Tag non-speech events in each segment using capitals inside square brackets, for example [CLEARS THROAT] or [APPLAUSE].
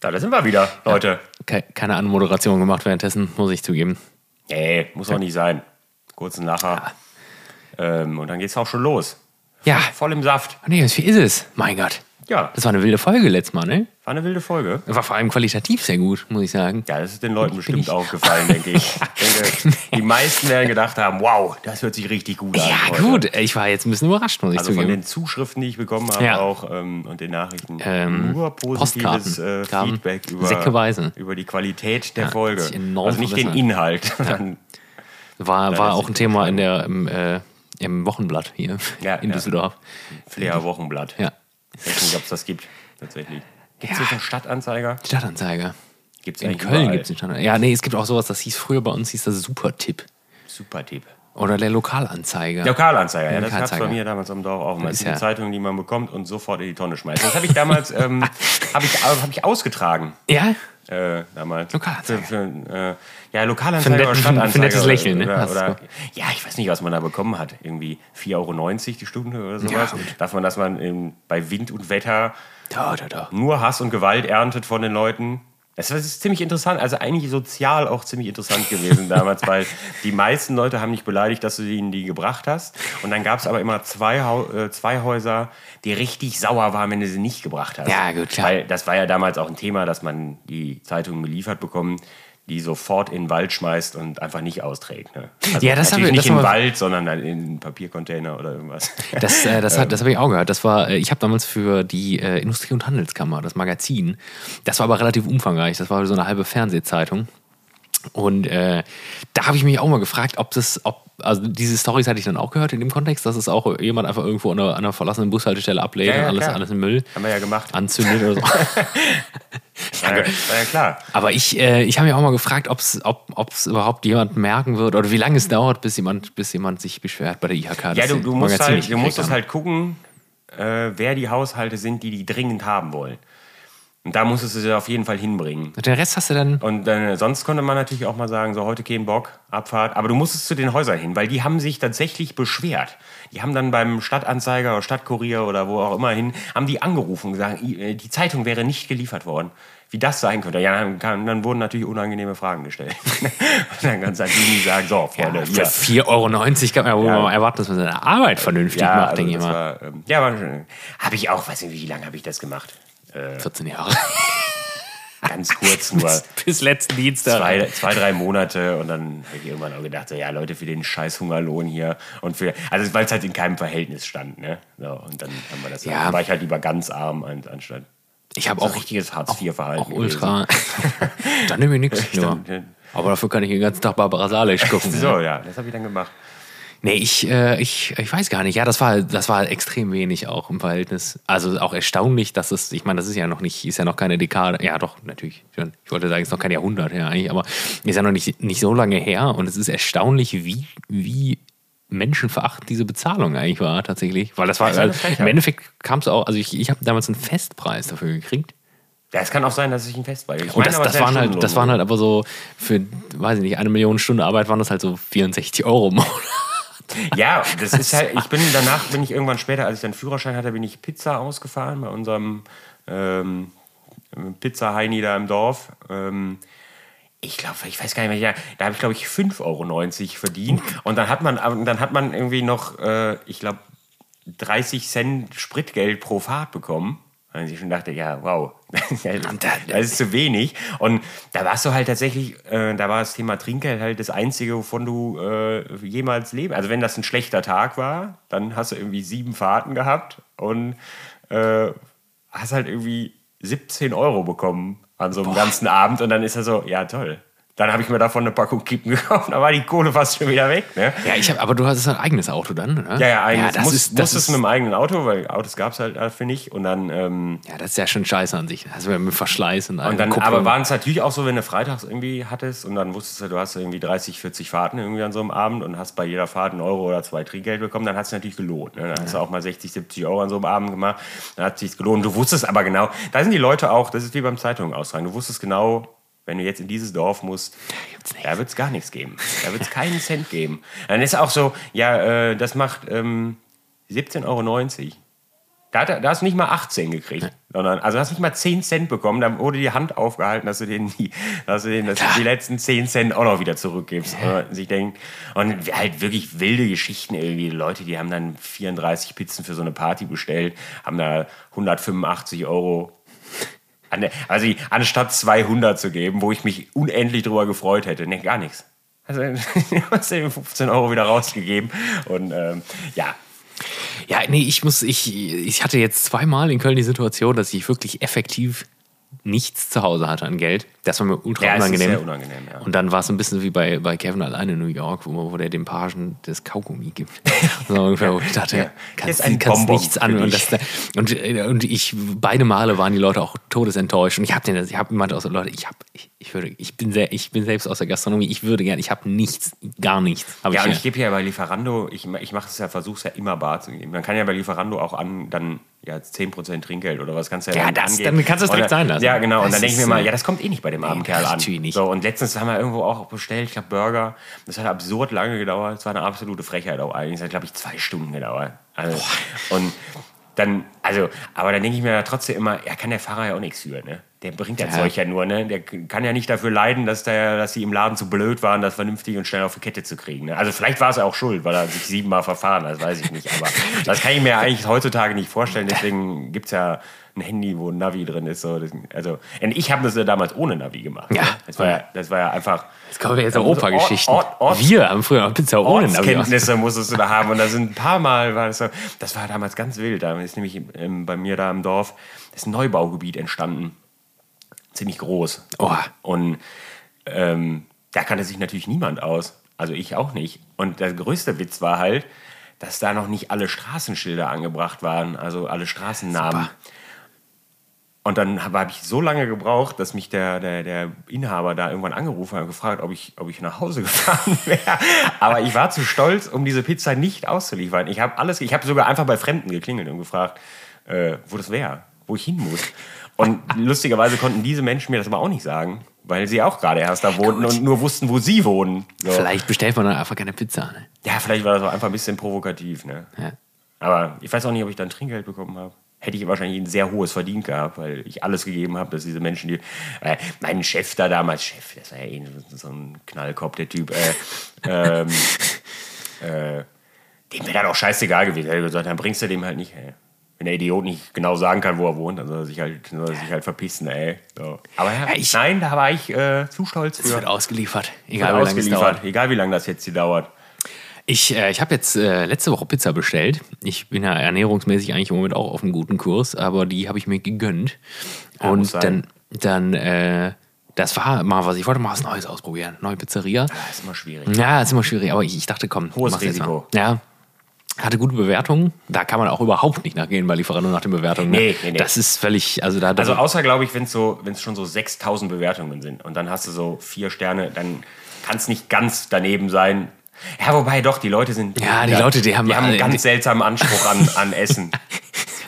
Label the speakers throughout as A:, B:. A: Da, da sind wir wieder, Leute.
B: Ke keine Anmoderation gemacht währenddessen, muss ich zugeben.
A: Nee, muss auch nicht sein. Kurz ein Lacher. Ähm, und dann geht's auch schon los.
B: Ja,
A: Voll im Saft.
B: nee, wie ist es? Mein Gott.
A: Ja,
B: Das war eine wilde Folge letztes Mal, ne?
A: war eine wilde Folge.
B: War vor allem qualitativ sehr gut, muss ich sagen.
A: Ja, das ist den Leuten bestimmt aufgefallen, denke
B: [LAUGHS]
A: ich. ich denke, die meisten werden gedacht haben, wow, das hört sich richtig gut an.
B: Ja,
A: heute.
B: gut. Ich war jetzt ein bisschen überrascht, muss ich
A: Also von
B: zugeben.
A: den Zuschriften, die ich bekommen habe
B: Ja.
A: auch ähm, und den Nachrichten,
B: Ähm,
A: nur positives
B: Postkarten
A: äh,
B: kamen
A: Feedback über,
B: säckeweise.
A: über die Qualität der
B: hat
A: Folge.
B: sich enorm
A: Also nicht den
B: verbessert.
A: Inhalt, sondern
B: War, war
A: das
B: auch
A: ist
B: ein Thema in der, im, äh, im Wochenblatt hier
A: Ja,
B: in
A: ja.
B: Düsseldorf.
A: Flair Wochenblatt.
B: Ja.
A: Ich weiß nicht, ob es das gibt, tatsächlich. Gibt es
B: Ja.
A: das einen Stadtanzeiger?
B: Stadtanzeiger.
A: Gibt es
B: In Köln gibt es einen Stadtanzeiger. Ja, nee, es gibt auch sowas, das hieß früher bei uns, hieß das Supertipp.
A: Super Tipp.
B: Oder der Lokalanzeiger.
A: Lokalanzeiger, ja, das gab es
B: Lokalanzeiger.
A: bei mir damals am Dorf auch mal. Das
B: Ist
A: ist eine
B: ja-
A: Zeitung, die man bekommt und sofort in die Tonne schmeißt. Das habe ich
B: [LAUGHS]
A: damals ähm, hab ich, hab ich ausgetragen.
B: ja?
A: äh, damals.
B: Lokalanzeiger.
A: Für, für, äh, ja, Lokalanzeiger
B: Für ein
A: oder
B: net-
A: Stadtanzeiger.
B: für ein nettes
A: oder-
B: Lächeln, ne?
A: Oder,
B: Hast du
A: oder,
B: gesagt.
A: ja, ich weiß nicht, was man da bekommen hat. Irgendwie 4,90 Euro die Stunde oder sowas. Davon, dass man ähm, bei Wind und Wetter
B: Da, da, da.
A: nur Hass und Gewalt erntet von den Leuten. Das ist- das ist ziemlich interessant, also eigentlich sozial auch ziemlich interessant gewesen
B: [LAUGHS]
A: damals, weil die meisten Leute haben dich beleidigt, dass du ihnen die gebracht hast. Und dann gab es aber immer zwei, Hau äh, zwei Häuser, die richtig sauer waren, wenn du sie nicht gebracht hast.
B: Ja, gut, klar.
A: Weil das war ja damals auch ein Thema, dass man die Zeitungen geliefert bekommt, die sofort in den Wald schmeißt und einfach nicht austrägt. Ne? Also
B: Ja, das haben
A: natürlich
B: wir-
A: nicht
B: das
A: in
B: haben
A: den
B: wir-
A: Wald, sondern dann in einen Papiercontainer oder irgendwas.
B: Das, äh,
A: Ähm.
B: das, hat- das habe ich auch gehört. Das war, äh, ich habe damals für die äh, Industrie- und Handelskammer, das Magazin, das war aber relativ umfangreich. Das war so eine halbe Fernsehzeitung. Und äh, da habe ich mich auch mal gefragt, ob das, ob, also diese Stories hatte ich dann auch gehört in dem Kontext, dass es auch jemand einfach irgendwo an einer, an einer verlassenen Bushaltestelle ablehnt
A: Ja, ja,
B: und alles,
A: klar.
B: alles in Müll
A: [LAUGHS] haben wir ja gemacht.
B: anzündet oder
A: [LAUGHS]
B: so.
A: War ja, war ja klar.
B: Aber ich, äh, ich habe mich auch mal gefragt, ob's, ob es überhaupt jemand merken wird oder wie lange es dauert, bis jemand, bis jemand sich beschwert bei der IHK.
A: Ja,
B: dass
A: du,
B: sie
A: du
B: das
A: musst,
B: Magazin
A: halt,
B: nicht
A: du musst
B: gekriegt
A: das
B: haben.
A: halt gucken, äh, wer die Haushalte sind, die die dringend haben wollen. Und da musstest du sie auf jeden Fall hinbringen.
B: Den Rest hast du dann
A: Und äh, sonst konnte man natürlich auch mal sagen, so heute kein Bock, Abfahrt. Aber du musstest zu den Häusern hin, weil die haben sich tatsächlich beschwert. Die haben dann beim Stadtanzeiger oder Stadtkurier oder wo auch immer hin, haben die angerufen und gesagt, "I- äh, die Zeitung wäre nicht geliefert worden. Wie das sein könnte. Ja, dann, kann, dann wurden natürlich unangenehme Fragen gestellt. [LAUGHS] und dann kannst du natürlich nicht sagen, so, Freunde,
B: Ja,
A: hier,
B: für 4,90 Euro kann man ja wohl mal erwarten, dass man seine Arbeit vernünftig macht,
A: also
B: denke ich
A: das
B: mal.
A: War, ähm, ja, war schön. Habe ich auch, weiß nicht, wie lange habe ich das gemacht? Äh,
B: 14 Jahre. [LAUGHS]
A: ganz kurz nur.
B: bis, bis letzten Dienstag.
A: Zwei, zwei, drei Monate und dann habe ich irgendwann auch gedacht, so, ja Leute, für den scheiß Hungerlohn hier und für, also weil es halt in keinem Verhältnis stand, ne? So, und dann haben wir das,
B: Ja.
A: dann war ich halt lieber ganz arm an, anstatt
B: Ich habe
A: so
B: auch,
A: richtiges Hartz-IV-Verhalten. [LAUGHS]
B: auch ultra. [LAUGHS] dann nehme ich nichts. Ja.
A: dann-
B: Aber dafür kann ich den ganzen Tag Barbara Salisch
A: [LAUGHS]
B: gucken.
A: So, ja, das habe ich dann gemacht.
B: Nee, ich, äh, ich, ich weiß gar nicht. Ja, das war, das war extrem wenig auch im Verhältnis. Also auch erstaunlich, dass es, ich meine, das ist ja noch nicht, ist ja noch keine Dekade. Ja, doch, natürlich. Schon. Ich wollte sagen, es ist noch kein Jahrhundert, ja, eigentlich, aber ist ja noch nicht, nicht so lange her. Und es ist erstaunlich, wie, wie menschenverachtend diese Bezahlung eigentlich war, tatsächlich. Weil das war,
A: Das ist eine
B: also,
A: Frechheit.
B: im Endeffekt kam es auch, also ich, ich habe damals einen Festpreis dafür gekriegt.
A: Ja, es kann auch sein, dass ich ein Fest war. Ich
B: Und das,
A: aber es
B: das,
A: wäre ein
B: waren halt, das
A: Stundenlohn.
B: waren halt aber so für, weiß ich nicht, eine Million Stunden Arbeit waren das halt so 64 Euro im Monat.
A: Ja, das ist halt, ich bin danach, bin ich irgendwann später, als ich dann Führerschein hatte, bin ich Pizza ausgefahren bei unserem ähm, Pizza-Heini da im Dorf. Ähm, ich glaube, ich weiß gar nicht mehr, ja, da habe ich, glaube ich, 5,90 Euro verdient. Und dann hat man, und dann hat man irgendwie noch, äh, ich glaube, 30 Cent Spritgeld pro Fahrt bekommen. Und ich schon dachte, ja, wow, [LAUGHS] das ist zu wenig. Und da warst du halt tatsächlich, äh, da war das Thema Trinkgeld halt das Einzige, wovon du äh, jemals leben. Also wenn das ein schlechter Tag war, dann hast du irgendwie sieben Fahrten gehabt und äh, hast halt irgendwie 17 Euro bekommen an so einem ganzen Abend. Und dann ist er so, ja toll. Dann habe ich mir davon eine Packung Kippen [LAUGHS] gekauft, da war die Kohle fast schon wieder weg. Ne?
B: Ja, ich hab, aber du hast ein eigenes Auto dann, ne?
A: Ja, ja, eigentlich
B: Ja, das
A: muss,
B: ist, das
A: musstest
B: ist,
A: mit dem eigenen Auto, weil Autos gab es halt dafür nicht. Und dann, ähm,
B: ja, das ist ja schon scheiße an sich. Also mit Verschleiß und,
A: und dann
B: Kupplung.
A: aber waren es natürlich auch so, wenn du freitags irgendwie hattest und dann wusstest du, du hast irgendwie 30, 40 Fahrten irgendwie an so einem Abend und hast bei jeder Fahrt einen Euro oder zwei Trinkgeld bekommen, dann hat es natürlich gelohnt. Ne? Dann hast du auch mal 60, 70 Euro an so einem Abend gemacht, dann hat es sich gelohnt. Du wusstest aber genau, da sind die Leute auch, das ist wie beim Zeitungen austragen, du wusstest genau, wenn du jetzt in dieses Dorf musst,
B: gibt's nichts.
A: da wird es gar nichts geben. Da wird es keinen Cent geben. Dann ist auch so, ja, äh, das macht ähm, 17,90 Euro. Da, hat, er- da hast du nicht mal 18 gekriegt, sondern also hast nicht mal 10 Cent bekommen, dann wurde die Hand aufgehalten, dass du denen die, dass du denen, dass du die letzten 10 Cent auch noch wieder zurückgibst. Und sich denkt, und halt wirklich wilde Geschichten irgendwie. Leute, die haben dann 34 Pizzen für so eine Party bestellt, haben da 185 Euro an, also die- anstatt 200 zu geben, wo ich mich unendlich drüber gefreut hätte. Nee, gar nichts. Also [LAUGHS] hast du 15 Euro wieder rausgegeben. Und ähm, ja,
B: Ja, nee, ich muss, ich, ich hatte jetzt zweimal in Köln die Situation, dass ich wirklich effektiv nichts zu Hause hatte an Geld. Das war mir ultra
A: ja es ist
B: unangenehm.
A: sehr unangenehm. Ja.
B: Und dann war es ein bisschen wie bei, bei Kevin allein in New York, wo, wo der dem Pagen das Kaugummi
A: [LAUGHS]
B: gibt. So ungefähr, wo ich dachte,
A: Ja.
B: kannst,
A: Jetzt ein
B: kannst
A: Bonbon
B: nichts an.
A: für
B: Und,
A: dich.
B: das, und, äh, und ich, beide Male waren die Leute auch todesenttäuscht. Und ich habe den, ich habe jemand aus, Leute, ich habe, ich, ich würde, ich bin sehr, ich bin selbst aus der Gastronomie, ich würde gerne, ich habe nichts, gar nichts. Hab
A: Ja, und
B: ich,
A: ich gebe ja bei Lieferando, ich, ma- ich mache es ja, versuche es ja immer bar zu geben. Man kann ja bei Lieferando auch an, dann ja 10% Trinkgeld oder was kannst du ja,
B: Ja,
A: dann
B: das-
A: angeben.
B: dann kannst du es
A: Und
B: direkt sein lassen.
A: Ja, genau.
B: Das
A: und dann denke ich
B: ist,
A: mir mal,
B: äh,
A: ja, das kommt eh nicht bei dem armen Kerl an.
B: natürlich nicht.
A: So, und letztens haben wir irgendwo auch bestellt, ich glaube Burger. Das hat absurd lange gedauert. Es war eine absolute Frechheit auch eigentlich. Es hat, glaube ich, zwei Stunden gedauert. Also, und dann, also, aber dann denke ich mir trotzdem immer, ja, kann der Fahrer ja auch nichts für, ne? Der bringt das
B: Ja.
A: Zeug ja nur, ne? Der k- kann ja nicht dafür leiden, dass, der, dass sie im Laden zu blöd waren, das vernünftig und schnell auf die Kette zu kriegen. Ne? Also vielleicht war es ja auch schuld, weil er sich siebenmal verfahren hat, das weiß ich nicht. Aber das kann ich mir eigentlich heutzutage nicht vorstellen. Deswegen gibt es ja ein Handy, wo ein Navi drin ist. So. Das- Also, und ich habe das ja damals ohne Navi gemacht.
B: Ja.
A: Ne? Das, war ja das war ja einfach...
B: Jetzt kommen wir jetzt auf
A: Also
B: Opa-Geschichten.
A: Ort- Ort-
B: Wir haben früher noch Pizza ohne Navi. aus-
A: Ortskenntnisse musstest du da haben. Und da sind ein paar Mal, war das, so, das war damals ganz wild. Da ist nämlich ähm, bei mir da im Dorf das Neubaugebiet entstanden. Ziemlich groß.
B: Oh.
A: Und ähm, da kannte sich natürlich niemand aus. Also ich auch nicht. Und der größte Witz war halt, dass da noch nicht alle Straßenschilder angebracht waren, also alle Straßennamen. Und dann habe ich so lange gebraucht, dass mich der, der, der Inhaber da irgendwann angerufen hat und gefragt, ob ich, ob ich nach Hause [LAUGHS] gefahren wäre. Aber ich war zu stolz, um diese Pizza nicht auszuliefern. Ich habe alles, ich habe sogar einfach bei Fremden geklingelt und gefragt, äh, wo das wäre, wo ich hin muss. Und lustigerweise konnten diese Menschen mir das aber auch nicht sagen, weil sie auch gerade erst da wohnten und nur wussten, wo sie wohnen. So.
B: Vielleicht bestellt man dann einfach keine Pizza. Ne?
A: Ja, vielleicht war das auch einfach ein bisschen provokativ. Ne?
B: Ja.
A: Aber ich weiß auch nicht, ob ich dann Trinkgeld bekommen habe. Hätte ich wahrscheinlich ein sehr hohes verdient gehabt, weil ich alles gegeben habe, dass diese Menschen, die. Äh, mein Chef da damals, Chef, das war ja eh so- so ein Knallkopf, der Typ, äh,
B: [LAUGHS]
A: ähm, äh, dem wäre dann auch scheißegal gewesen. Er hätte gesagt, dann bringst du dem halt nicht, ey. Wenn der Idiot nicht genau sagen kann, wo er wohnt, dann soll er sich halt, soll er sich halt verpissen, ey. So. Aber ja,
B: ich-
A: nein, da war ich äh, zu stolz
B: Es
A: für.
B: wird ausgeliefert,
A: Wird
B: egal wie lange es dauert.
A: egal wie lange das jetzt hier dauert.
B: Ich, äh, ich habe jetzt äh, letzte Woche Pizza bestellt. Ich bin ja ernährungsmäßig eigentlich im Moment auch auf einem guten Kurs, aber die habe ich mir gegönnt.
A: muss
B: Und dann,
A: sein.
B: dann äh, das war mal was. Ich wollte mal was Neues ausprobieren. Neue Pizzeria.
A: Ah, ist immer schwierig.
B: Ja, ist immer schwierig, aber ich, ich dachte, komm,
A: Hohes
B: mach's jetzt
A: Risiko.
B: mal. Ja. Hatte gute Bewertungen. Da kann man auch überhaupt nicht nachgehen bei Lieferanten nach den Bewertungen. ne?
A: Nee, nee, nee.
B: Das ist völlig, also da da-
A: Also außer, glaube ich, wenn es so, wenn's schon so 6000 Bewertungen sind und dann hast du so vier Sterne, dann kann es nicht ganz daneben sein. Ja, wobei doch, die Leute sind.
B: Ja, die Leute, die haben-
A: Die haben einen
B: äh, die-
A: ganz seltsamen Anspruch an, an Essen.
B: [LAUGHS]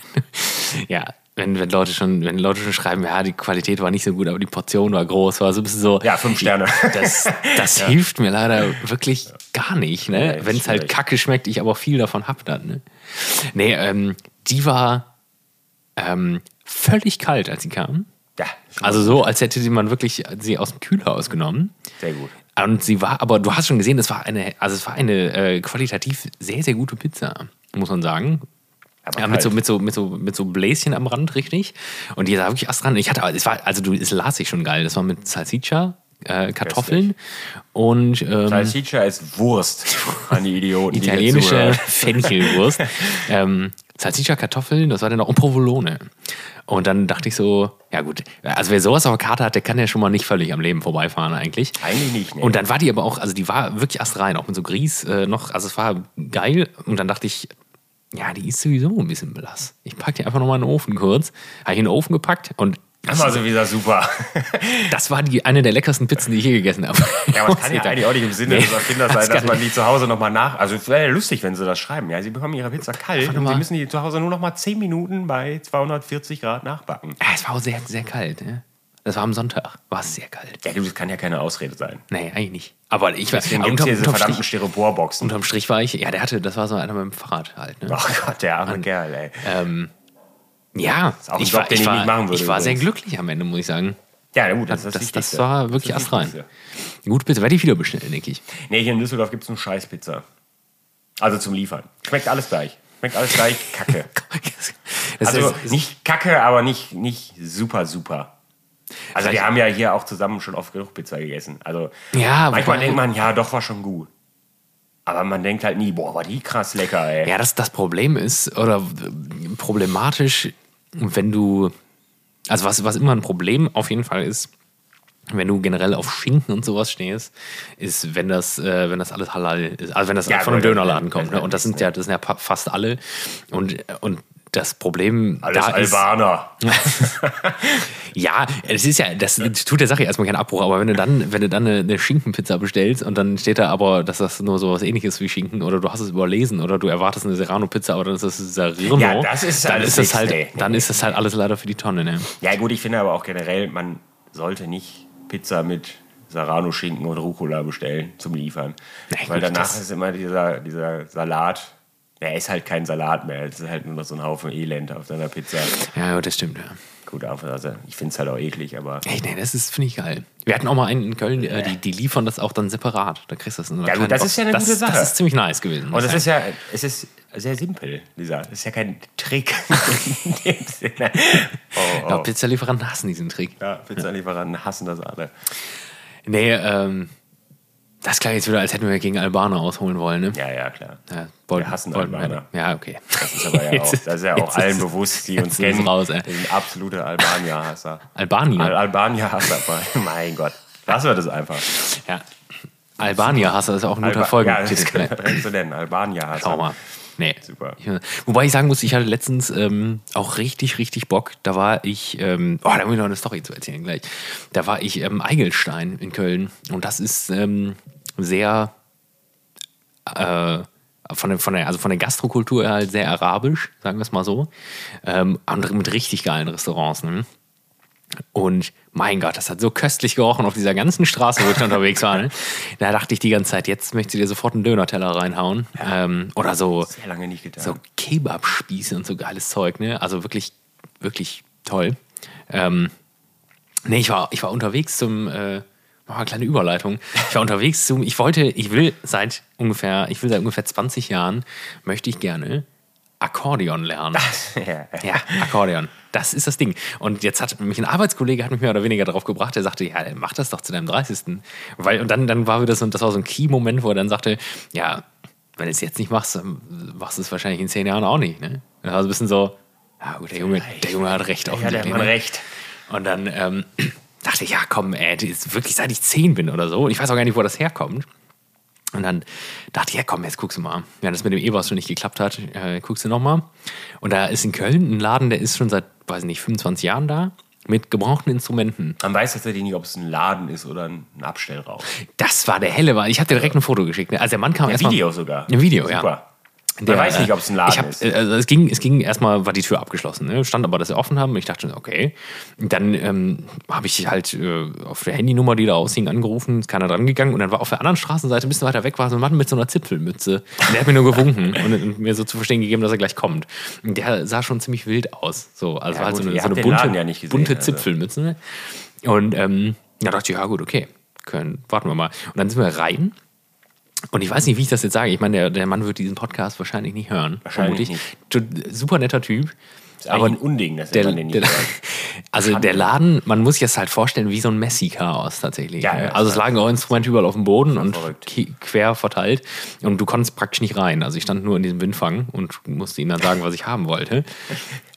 B: ja, wenn, wenn Leute schon, wenn Leute schon schreiben, ja, die Qualität war nicht so gut, aber die Portion war groß, war so ein bisschen so.
A: Ja, fünf Sterne.
B: Das, das hilft mir leider wirklich gar nicht, ne?
A: Nee,
B: Wenn es halt
A: schwierig.
B: kacke schmeckt, ich aber viel davon hab dann, ne? Nee, ähm, die war ähm, völlig kalt, als sie kam.
A: [LAUGHS] Ja,
B: Also so, als hätte sie man wirklich sie aus dem Kühlhaus genommen.
A: sehr gut.
B: Und sie war, aber du hast schon gesehen, es war eine, also es war eine äh, qualitativ sehr, sehr gute Pizza, muss man sagen.
A: Aber halt,
B: Ja, mit so,
A: kalt.
B: mit, so, mit, so, mit so Bläschen am Rand, richtig. Und die sah wirklich erst dran. Ich hatte, es war, also du, es las ich schon geil. Das war mit Salsiccia, äh, Kartoffeln und ähm,
A: Salsiccia ist Wurst an die Idioten. die hier
B: italienische
A: zuhören.
B: [LAUGHS] Fenchelwurst. ähm, Salsiccia, Kartoffeln, das war dann auch und Provolone. Und dann dachte ich so, ja gut, also wer sowas auf der Karte hat, der kann ja schon mal nicht völlig am Leben vorbeifahren eigentlich.
A: Eigentlich nicht, ne.
B: Und dann war die aber auch, also die war wirklich erst rein, auch mit so Grieß äh, noch, also es war geil. Und dann dachte ich, ja, die ist sowieso ein bisschen blass. Ich packe die einfach nochmal in den Ofen kurz. Habe ich in den Ofen gepackt und
A: Das war sowieso Also, super. [LAUGHS]
B: das war die, eine der leckersten Pizzen, die ich je gegessen habe.
A: Ja,
B: [LAUGHS]
A: aber es kann ja eigentlich auch nicht im Sinne
B: Nee,
A: des Erfinders
B: das
A: sein, dass
B: kann
A: man die zu Hause nochmal nach. Also, es wäre ja lustig, wenn sie das schreiben. Ja, sie bekommen ihre Pizza kalt und
B: mal-
A: sie müssen die zu Hause nur noch mal 10 Minuten bei 240 Grad nachbacken.
B: Ja, Ah, es war auch sehr, sehr kalt. Ne? Das war am Sonntag, war es sehr kalt.
A: Ja, das kann ja keine Ausrede sein.
B: Nee, eigentlich nicht. Aber ich war,
A: Deswegen
B: aber
A: gibt es
B: unterm,
A: diese
B: unterm,
A: verdammten
B: Strich,
A: Styroporboxen.
B: unterm Strich war ich, ja, der hatte, das war so einer mit dem Fahrrad halt. Ne?
A: Ach Gott, der arme Kerl, ey.
B: Ähm, Ja,
A: Ist auch ein
B: ich
A: Job,
B: war,
A: den
B: ich
A: ich
B: war,
A: nicht machen würde
B: ich war sehr
A: übrigens.
B: glücklich am Ende, muss ich sagen.
A: Ja, na gut,
B: Das,
A: das,
B: das,
A: ist das
B: das,
A: Wichtigste.
B: war wirklich
A: Das ist das
B: astral.
A: Wichtigste.
B: Gut, bitte werde ich wieder bestellen, denke ich. [LAUGHS]
A: Nee, hier in Düsseldorf gibt es eine Scheißpizza. Also zum Liefern. Schmeckt alles gleich. Schmeckt alles gleich [LAUGHS] kacke.
B: Das
A: Also
B: ist,
A: nicht kacke, aber nicht, nicht super, super. Also wir haben ja hier auch zusammen schon oft genug Pizza gegessen. Also
B: Ja,
A: manchmal
B: wobei-
A: denkt man, ja, doch, war schon gut. Aber man denkt halt nie, boah, war die krass lecker, ey.
B: Ja, das, das Problem ist, oder äh, problematisch, wenn du, also was, was immer ein Problem auf jeden Fall ist, wenn du generell auf Schinken und sowas stehst, ist, wenn das, äh, wenn das alles halal ist. Also wenn das
A: Ja,
B: von einem
A: weil-
B: Dönerladen kommt.
A: weil-
B: Ne? Und das sind ja, das sind ja pa- fast alle. Und, und das Problem
A: Alles
B: da ist,
A: Albaner.
B: [LAUGHS] ja, es ist ja, das tut der Sache erstmal keinen Abbruch, aber wenn du dann, wenn du dann eine, eine Schinkenpizza bestellst und dann steht da aber, dass das nur so was ähnliches wie Schinken oder du hast es überlesen oder du erwartest eine Serrano-Pizza, aber dann ist das Serrano.
A: Ja, das ist
B: dann
A: alles
B: ist das
A: nichts,
B: halt,
A: nee.
B: Dann ist das halt alles leider für die Tonne, ne?
A: Ja, gut, ich finde aber auch generell, man sollte nicht Pizza mit Serrano-Schinken und Rucola bestellen zum Liefern.
B: Na gut,
A: Weil danach
B: das-
A: ist immer dieser, dieser Salat. Der ist halt kein Salat mehr. Es ist halt nur noch so ein Haufen Elend auf deiner Pizza.
B: Ja, ja, das stimmt, ja.
A: Gut, also ich finde es halt auch eklig, aber.
B: Ey, nee, das ist, finde ich geil. Wir hatten auch mal einen in Köln, äh, die, die liefern das auch dann separat. Da kriegst du das. in so einer
A: Ja, gut,
B: kleinen
A: das
B: Box.
A: ist ja eine
B: das,
A: gute Sache.
B: Das ist ziemlich nice gewesen.
A: Und das ist ja, es ist sehr simpel, Lisa. Das ist ja kein Trick. [LAUGHS] In dem Sinne. Oh,
B: ja,
A: oh.
B: Pizzalieferanten hassen diesen Trick.
A: Ja, Pizzalieferanten hassen das alle.
B: Nee, ähm, das klang jetzt wieder, als hätten wir gegen Albaner ausholen wollen, ne?
A: Ja, ja, klar.
B: Ja, wollten,
A: Wir hassen
B: wollten
A: Albaner.
B: wir- Ja, okay.
A: Das ist
B: [LAUGHS]
A: aber ja auch, das ist ja auch
B: Jetzt
A: allen
B: ist-
A: bewusst, die
B: jetzt
A: uns
B: ist es
A: kennen.
B: raus, ey.
A: wir sind absolute Albanier-Hasser.
B: Albanier.
A: Al Albanier-Hasser, [LAUGHS] mein Gott. Lassen wir das einfach.
B: ja. Albanier-Hasser ist auch ein guter
A: Alba- ja, das
B: Folgentitel.
A: [LAUGHS] können wir direkt so nennen. Albanier-Hasser.
B: Schau mal. Nee.
A: Super.
B: Ich, wobei ich sagen muss, ich hatte letztens ähm, auch richtig, richtig Bock. Da war ich, ähm, oh, da muss ich noch eine Story zu erzählen gleich. Da war ich ähm, Eigelstein in Köln und das ist ähm, sehr äh, von der, von der, also von der Gastrokultur her halt sehr arabisch, sagen wir es mal so. Ähm, und mit richtig geilen Restaurants. Ne? Und mein Gott, das hat so köstlich gerochen auf dieser ganzen Straße, wo ich da unterwegs war. Ne? Da dachte ich die ganze Zeit, jetzt möchte ich dir sofort einen Dönerteller reinhauen. Ähm, oder so,
A: Sehr lange nicht getan.
B: so Kebabspieße und so geiles Zeug. Ne? Also wirklich, wirklich toll. Ähm, Nee, ich war, ich war unterwegs zum, äh, oh, eine kleine Überleitung. Ich war unterwegs zum, ich wollte, ich will seit ungefähr, ich will seit ungefähr 20 Jahren, möchte ich gerne Akkordeon lernen.
A: [LAUGHS] Ja.
B: Ja, Akkordeon. Das ist das Ding. Und jetzt hat mich ein Arbeitskollege hat mich mehr oder weniger darauf gebracht, der sagte, ja, mach das doch zu deinem 30. Weil, und dann, dann war wieder so, ein- das war so ein Key-Moment, wo er dann sagte, ja, wenn du es jetzt nicht machst, dann machst du es wahrscheinlich in zehn Jahren auch nicht. Ne? Das war so ein bisschen so, ja gut, der Junge, der Junge hat recht
A: Ja, der hat
B: offensichtlich.
A: man
B: ne?
A: recht.
B: Und dann ähm, [CLEARS THROAT] dachte ich, ja komm, ey, das ist wirklich seit ich zehn bin oder so. Und ich weiß auch gar nicht, wo das herkommt. Und dann dachte ich, ja komm, jetzt guckst du mal. Ja, das mit dem E-Bass schon nicht geklappt hat, äh, guckst du nochmal. Und da ist in Köln ein Laden, der ist schon seit, weiß nicht, 25 Jahren da. Mit gebrauchten Instrumenten.
A: Man weiß tatsächlich nicht, ob es ein Laden ist oder ein ein Abstellraum.
B: Das war der helle Wahnsinn. Ich habe dir direkt ein Foto geschickt. Ne? Also der Mann kam
A: Ein
B: erstmal.
A: Video sogar.
B: Ein Video, ja.
A: Super. Man
B: Der,
A: weiß nicht,
B: äh,
A: ob es ein Laden
B: ich hab,
A: ist.
B: äh, Also es ging, es ging erstmal, war die Tür abgeschlossen. Ne? Stand aber, dass sie offen haben. Ich dachte schon, okay. Und dann ähm, habe ich halt äh, auf der Handynummer, die da aushing, angerufen. Ist keiner dran gegangen. Und dann war auf der anderen Straßenseite, ein bisschen weiter weg, war so ein Mann mit so einer Zipfelmütze. Und der hat mir nur gewunken und, und mir so zu verstehen gegeben, dass er gleich kommt. Und der sah schon ziemlich wild aus. So, also
A: Ja,
B: war halt
A: gut,
B: so eine,
A: ihr
B: so
A: habt
B: eine
A: den
B: bunte,
A: Laden ja nicht gesehen,
B: bunte
A: also.
B: Zipfelmütze. Ne? Und ähm, da dachte ich, ja gut, okay. Können, warten wir mal. Und dann sind wir rein. Und ich weiß nicht, wie ich das jetzt sage. Ich meine, der, der Mann wird diesen Podcast wahrscheinlich nicht hören.
A: Wahrscheinlich
B: vermutlich. Tu- Super netter Typ.
A: ist eigentlich ein Unding, dass der, man den nicht
B: der-
A: hört.
B: [LAUGHS] also der Laden, man muss sich das halt vorstellen wie so ein Messi-Chaos tatsächlich.
A: Ja,
B: ne?
A: ja,
B: also es lagen auch Instrumente überall auf dem Boden und
A: verrückt.
B: ki- quer verteilt und du konntest praktisch nicht rein. Also ich stand nur in diesem Windfang und musste ihm dann sagen, was ich haben wollte.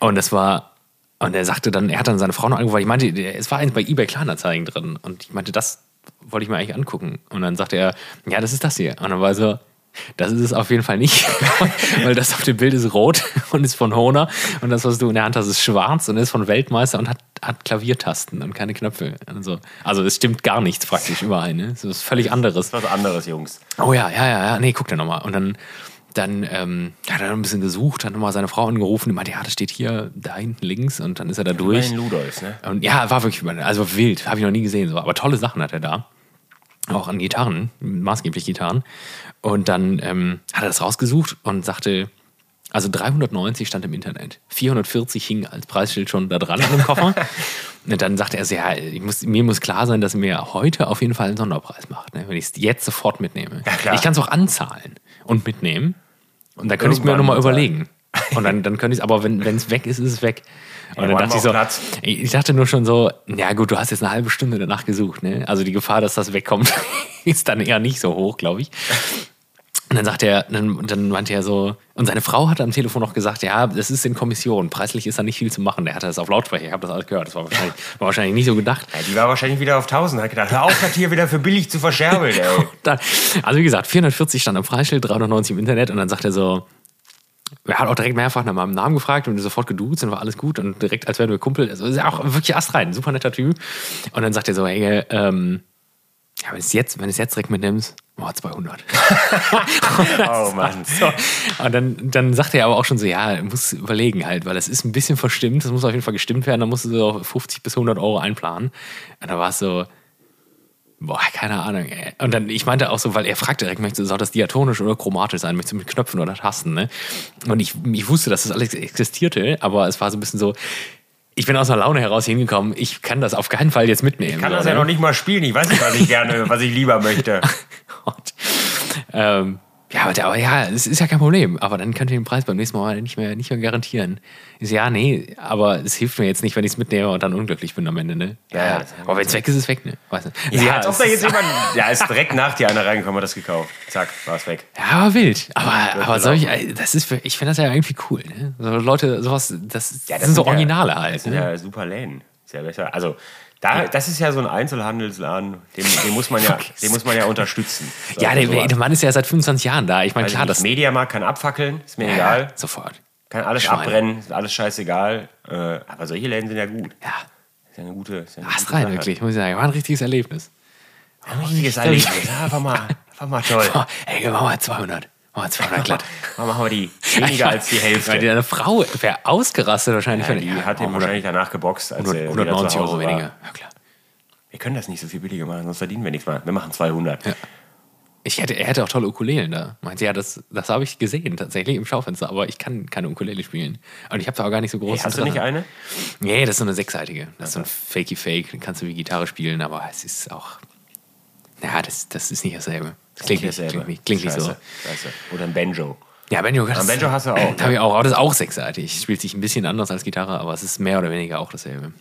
B: Und das war und er sagte dann, er hat dann seine Frau noch angerufen. Ich meinte, der- es war eins bei eBay Kleinanzeigen drin und ich meinte, das wollte ich mir eigentlich angucken. Und dann sagte er, ja, das ist das hier. Und dann war er so das ist es auf jeden Fall nicht, [LAUGHS] weil das auf dem Bild ist rot und ist von Honer und das, was du in der Hand hast, ist schwarz und ist von Weltmeister und hat, hat Klaviertasten und keine Knöpfe. Also, also es stimmt gar nichts praktisch überall. Ne? Es ist völlig anderes.
A: Das ist was anderes, Jungs.
B: Oh ja, ja, ja, ja. Nee, guck da nochmal. Und dann, dann ähm, hat er noch ein bisschen gesucht, hat nochmal seine Frau angerufen, die meinte, ja, das steht hier da hinten links und dann ist er da [LAUGHS] durch.
A: Immerhin Ludolfs, ne?
B: Und ja, war wirklich, also wild, habe ich noch nie gesehen. So. Aber tolle Sachen hat er da. Auch an Gitarren, maßgeblich Gitarren. Und dann ähm, hat er das rausgesucht und sagte, Also 390 stand im Internet. 440 hing als Preisschild schon da dran an dem
A: [LAUGHS]
B: Koffer. Und dann sagte er, so, ja, ich muss, mir muss klar sein, dass mir heute auf jeden Fall einen Sonderpreis macht, ne, wenn ich es jetzt sofort mitnehme.
A: Ja, klar.
B: Ich kann es auch anzahlen und mitnehmen. Und dann könnte ich es mir
A: Irgendwann
B: nochmal
A: bezahlen.
B: überlegen. Und dann, dann könnte ich es, aber wenn es weg ist, ist es weg. Und dann
A: Ja,
B: dachte ich so,
A: wollen wir auch
B: ich ich dachte nur schon so, ja gut, du hast jetzt eine halbe Stunde danach gesucht, ne? Also die Gefahr, dass das wegkommt, [LAUGHS] ist dann eher nicht so hoch, glaube ich. Und dann sagt er, dann, dann meinte er so, und seine Frau hat am Telefon noch gesagt, ja, das ist in Kommission, preislich ist da nicht viel zu machen. Der hatte das auf Lautsprecher, ich habe das alles gehört, das war wahrscheinlich, war wahrscheinlich nicht so gedacht.
A: Ja, die war wahrscheinlich wieder auf 1000, hat gedacht, hör auf, das hier wieder für billig zu verscherbeln,
B: [LAUGHS]
A: ey.
B: Dann, also wie gesagt, 440 stand am Preisschild, 390 im Internet und dann sagt er so, er hat auch direkt mehrfach nach meinem Namen gefragt und sofort geduzt und war alles gut und direkt, als wären wir Kumpel. Also ist er auch wirklich astrein, super netter Typ. Und dann sagt er so, hey, ähm, ja, wenn du es jetzt, wenn du es jetzt direkt mitnimmst, boah, 200.
A: [LAUGHS]
B: [LAUGHS]
A: Oh Mann.
B: So. Und dann, dann sagt er aber auch schon so, ja, muss überlegen halt, weil das ist ein bisschen verstimmt, das muss auf jeden Fall gestimmt werden, da musst du so 50 bis 100 Euro einplanen. Und da war es so, boah, keine Ahnung. ey. Und dann, ich meinte auch so, weil er fragte direkt, möchtest du, soll das diatonisch oder chromatisch sein, möchtest du mit Knöpfen oder Tasten, ne? Und ich, ich wusste, dass das alles existierte, aber es war so ein bisschen so, ich bin aus einer Laune heraus hingekommen, ich kann das auf keinen Fall jetzt mitnehmen.
A: Ich kann das
B: so,
A: ja
B: ne? [LAUGHS]
A: noch nicht mal spielen, ich weiß nicht, was ich gerne, was ich lieber möchte.
B: Gott. Ähm, ja, aber, der- aber ja, es ist ja kein Problem. Aber dann könnt ihr den Preis beim nächsten Mal nicht mehr, nicht mehr garantieren. Ich so, ja, nee, aber es hilft mir jetzt nicht, wenn ich es mitnehme und dann unglücklich bin am Ende, ne?
A: Ja, ja.
B: Aber wenn es weg ist, ist es weg, ne? Weiß nicht.
A: Ja, als ob
B: es
A: da jetzt
B: ist-
A: jemand. Ja, ist direkt nach dir einer reingekommen, hat das gekauft. Zack, war's weg.
B: Ja, aber wild. Aber, aber
A: gelaufen.
B: solch, äh, das ist, ich finde das ja irgendwie cool, ne? So Leute, sowas, das,
A: Ja,
B: das sind so
A: ja-
B: Originale
A: Das
B: halt.
A: sind
B: Ne?
A: ja super Läden. Ist ja besser. Also, da, das ist ja so ein Einzelhandelsladen, den, den, muss, man ja,
B: [LAUGHS]
A: den muss man ja unterstützen. So,
B: Ja, der,
A: sowas.
B: der Mann ist ja seit 25 Jahren da. Ich meine,
A: Weiß ich
B: klar,
A: nicht,
B: das.
A: Mediamarkt kann abfackeln, ist mir egal.
B: Sofort.
A: Kann alles
B: Schweine.
A: abbrennen, ist alles scheißegal. Äh, aber solche Läden sind ja gut.
B: Ja,
A: Ist ja eine gute. Ist ja eine
B: hast
A: gute
B: rein,
A: Sache.
B: wirklich, muss ich sagen. War ein richtiges Erlebnis.
A: Ein richtiges Erlebnis. Ja, Einfach mal, einfach mal toll.
B: Oh, ey, machen wir mal 200. Machen wir 200 glatt.
A: Mal machen wir die [LAUGHS] weniger als die
B: Weil
A: Hälfte.
B: deine Frau wäre ausgerastet wahrscheinlich.
A: Ja,
B: wenn-
A: die hat
B: oh,
A: ihn wahrscheinlich danach geboxt, als er wieder zu
B: 190
A: Hause
B: Euro
A: war.
B: weniger. Ja, klar.
A: Wir können das nicht so viel billiger machen, sonst verdienen wir nichts mehr. Wir machen 200.
B: Ich hätte, er hätte auch tolle Ukulelen da. Meinte, ja, das, das habe ich gesehen tatsächlich im Schaufenster, aber ich kann keine Ukulele spielen. Und ich habe da auch gar nicht so groß.
A: Hey, hast du nicht eine?
B: Nee, das ist so eine sechsseitige. Das ist so ein Fakey-Fake, den kannst du wie Gitarre spielen, aber es ist auch. Ja, das, das ist nicht dasselbe. Das klingt, nicht,
A: Dasselbe.
B: klingt, nicht, klingt nicht so.
A: Scheiße. Scheiße. Oder ein Banjo.
B: Ja, Banjo,
A: Am Banjo hast du auch, ne?
B: Da [LAUGHS] hab ich auch. Aber das ist auch sechsseitig. Spielt sich ein bisschen anders als Gitarre, aber es ist mehr oder weniger auch dasselbe.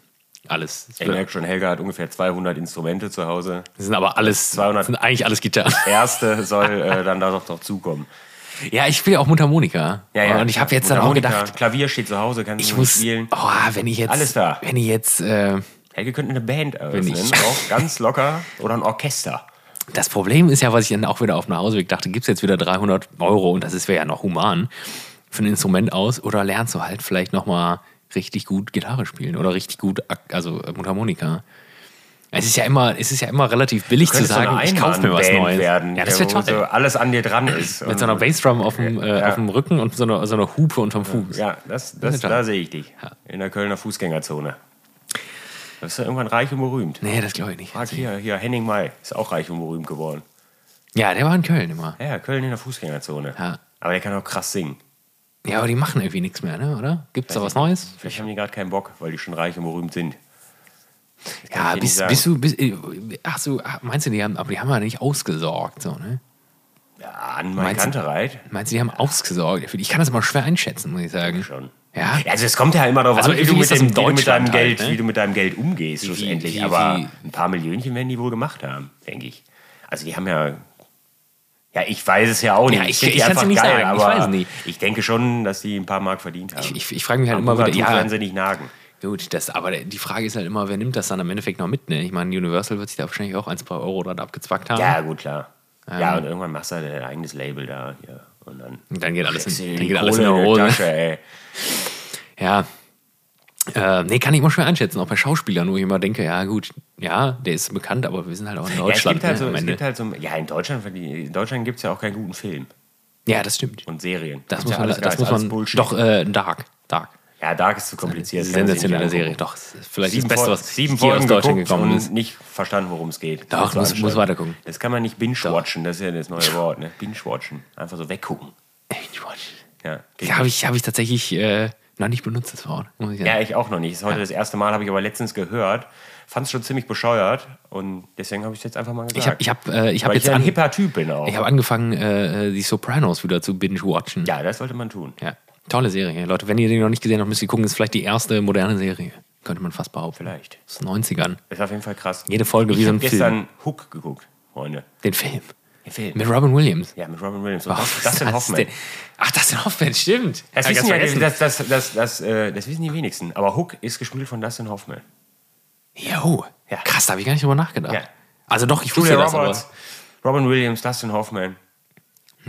B: Alles.
A: Ich merke schon, Helga hat ungefähr 200 Instrumente zu Hause.
B: Das sind aber alles,
A: 200.
B: sind eigentlich alles Gitarren.
A: [LAUGHS]
B: Ah,
A: Erste soll äh, dann darauf noch zukommen.
B: Ja, ich spiele auch Mundharmonika. Und ich habe jetzt dann auch
A: Mundharmonika,
B: gedacht,
A: Klavier steht zu Hause, kannst
B: ich
A: du
B: muss,
A: spielen.
B: oh, wenn ich jetzt,
A: Alles da.
B: wenn ich jetzt, äh,
A: Helge könnte eine Band eröffnen,
B: ich-
A: auch ganz locker. Oder ein Orchester.
B: das Problem ist ja, was ich dann auch wieder auf dem Hausweg dachte, gibt's jetzt wieder 300 Euro und das ist wäre ja noch human für ein Instrument aus oder lernst du halt vielleicht nochmal richtig gut Gitarre spielen oder richtig gut, Ak- also äh, Mundharmonika. Es ist ja immer, es ist ja immer relativ billig zu
A: Könnte so eine
B: sagen, ich kaufe mir was
A: Einmann-Band
B: Neues.
A: Werden,
B: ja, das wäre
A: wo
B: toll.
A: So alles an dir dran ist.
B: Mit so einer Bassdrum auf dem, äh, auf dem Rücken und so einer, so einer Hupe unterm Fuß.
A: Ja, das, das,
B: toll.
A: da sehe ich dich. In der Kölner Fußgängerzone. Da bist du irgendwann reich und berühmt.
B: Nee, das glaube ich nicht.
A: Frag hier, hier, Henning May ist auch reich und berühmt geworden.
B: Ja, der war in Köln immer.
A: Ja, ja, Köln in der Fußgängerzone.
B: Ja.
A: Aber der kann auch krass singen.
B: Ja, aber die machen irgendwie nichts mehr, ne? oder? Gibt's da was Neues?
A: Vielleicht haben die gerade keinen Bock, weil die schon reich und berühmt sind. kann ich
B: Ja,
A: dir
B: bist,
A: nicht
B: bist du, bist, äh, ach so, ah, meinst du, die haben, aber die haben ja nicht ausgesorgt, so, ne?
A: Ja, an meinen
B: Meinst du-
A: Kantereit
B: Meinst du, die haben ausgesorgt? Ich kann das immer schwer einschätzen, muss ich sagen.
A: schon.
B: Ja?
A: Also es kommt ja immer darauf
B: Also
A: an, wie du,
B: irgendwie
A: mit
B: ist das
A: dem,
B: in
A: wie du mit deinem
B: Deutschland halt,
A: Geld,
B: ne?
A: wie du mit deinem Geld umgehst schlussendlich.
B: wie-
A: Aber
B: wie-
A: ein paar Millionchen werden die wohl gemacht haben, denke ich. Also die haben ja. Ja, ich weiß es ja auch nicht.
B: Ja, ich-
A: finde
B: ich
A: die
B: kann's
A: einfach
B: dir nicht
A: geil,
B: sagen. Ich
A: aber
B: weiß es nicht.
A: ich denke schon, dass die ein paar Mark verdient haben.
B: Ich, ich, ich frage mich halt
A: Am
B: immer wieder,
A: Hungertuch
B: ja,
A: werden sie nicht nagen.
B: gut, das, aber die Frage ist halt immer, wer nimmt das dann im Endeffekt noch mit, ne? Ich meine, Universal wird sich da wahrscheinlich auch ein, zwei Euro dann abgezwackt haben.
A: Ja, gut, klar. Ja, und irgendwann machst du halt dein eigenes Label da. Hier. Und dann,
B: Und dann geht alles in-
A: steckst du dir
B: dann
A: die
B: geht alles in
A: Kohle
B: der
A: die
B: Hose.
A: Tasche, ey.
B: Ja. Äh, nee, kann ich immer schwer einschätzen, auch bei Schauspielern, wo ich immer denke, ja gut, ja, der ist bekannt, aber wir sind halt auch in
A: Ja, es
B: Deutschland
A: gibt halt
B: ne,
A: so,
B: am
A: es
B: Ende.
A: gibt halt so, ja, in Deutschland, in Deutschland gibt es ja auch keinen guten Film
B: ja, das stimmt.
A: und Serien. halt
B: Das
A: Ist
B: muss
A: ja
B: man,
A: alles
B: das
A: Geist,
B: muss
A: alles
B: man
A: Bullshit.
B: doch, äh, Dark, Dark.
A: Ja, Dark ist zu kompliziert. kann man sich
B: Sensationelle
A: nicht
B: Serie,
A: angucken.
B: doch. Vielleicht
A: Sieben,
B: das Beste,
A: Fol-
B: was
A: sieben
B: hier aus
A: Folgen
B: Deutschland
A: geguckt
B: gekommen
A: und
B: ist.
A: nicht verstanden, worum es geht.
B: Doch,
A: Das war
B: muss-
A: anstrengend.
B: muss weitergucken.
A: Das kann man nicht binge-watchen, das ist ja das neue Wort. Ne? Binge-watchen, einfach so weggucken.
B: Ey, Quatsch.
A: Ja,
B: Ja, habe ich, hab ich tatsächlich äh, noch nicht benutzt, das Wort. Muss ich sagen.
A: Ja, ich auch noch nicht. Ist heute das erste Mal, habe ich aber letztens gehört. Fand es schon ziemlich bescheuert und deswegen habe ich es jetzt einfach mal gesagt.
B: ich habe ich hab, äh, ich hab
A: Weil ich
B: jetzt
A: ja ein
B: an,
A: hipper Typ bin auch.
B: ich hab angefangen, äh, äh, die Sopranos wieder zu binge-watchen.
A: ja, das sollte man tun.
B: Ja. Tolle Serie, Leute. Wenn ihr die noch nicht gesehen habt, müsst ihr gucken. Ist vielleicht die erste moderne Serie. Könnte man fast behaupten.
A: Vielleicht.
B: Aus den 90ern.
A: Ist auf jeden Fall krass.
B: Jede Folge wie
A: ich
B: so ein
A: habe gestern
B: Film.
A: Hook geguckt, Freunde.
B: Den Film.
A: Den Film.
B: Mit Robin Williams.
A: Ja, mit Robin Williams. Und
B: Ach,
A: das, das sind
B: was
A: Hoffmann.
B: denn? Ach, das sind Hoffmann, stimmt.
A: Das
B: Hab ich
A: wissen,
B: ganz
A: ja,
B: vergessen.
A: das, das, das, das, äh, das wissen die wenigsten. Aber Hook ist gespielt von Dustin Hoffman.
B: Jo,
A: Ja.
B: krass, da habe ich gar nicht drüber nachgedacht.
A: Ja.
B: Also doch, ich wusste
A: Julia
B: das, aber...
A: Roberts, Robin Williams, Dustin Hoffman.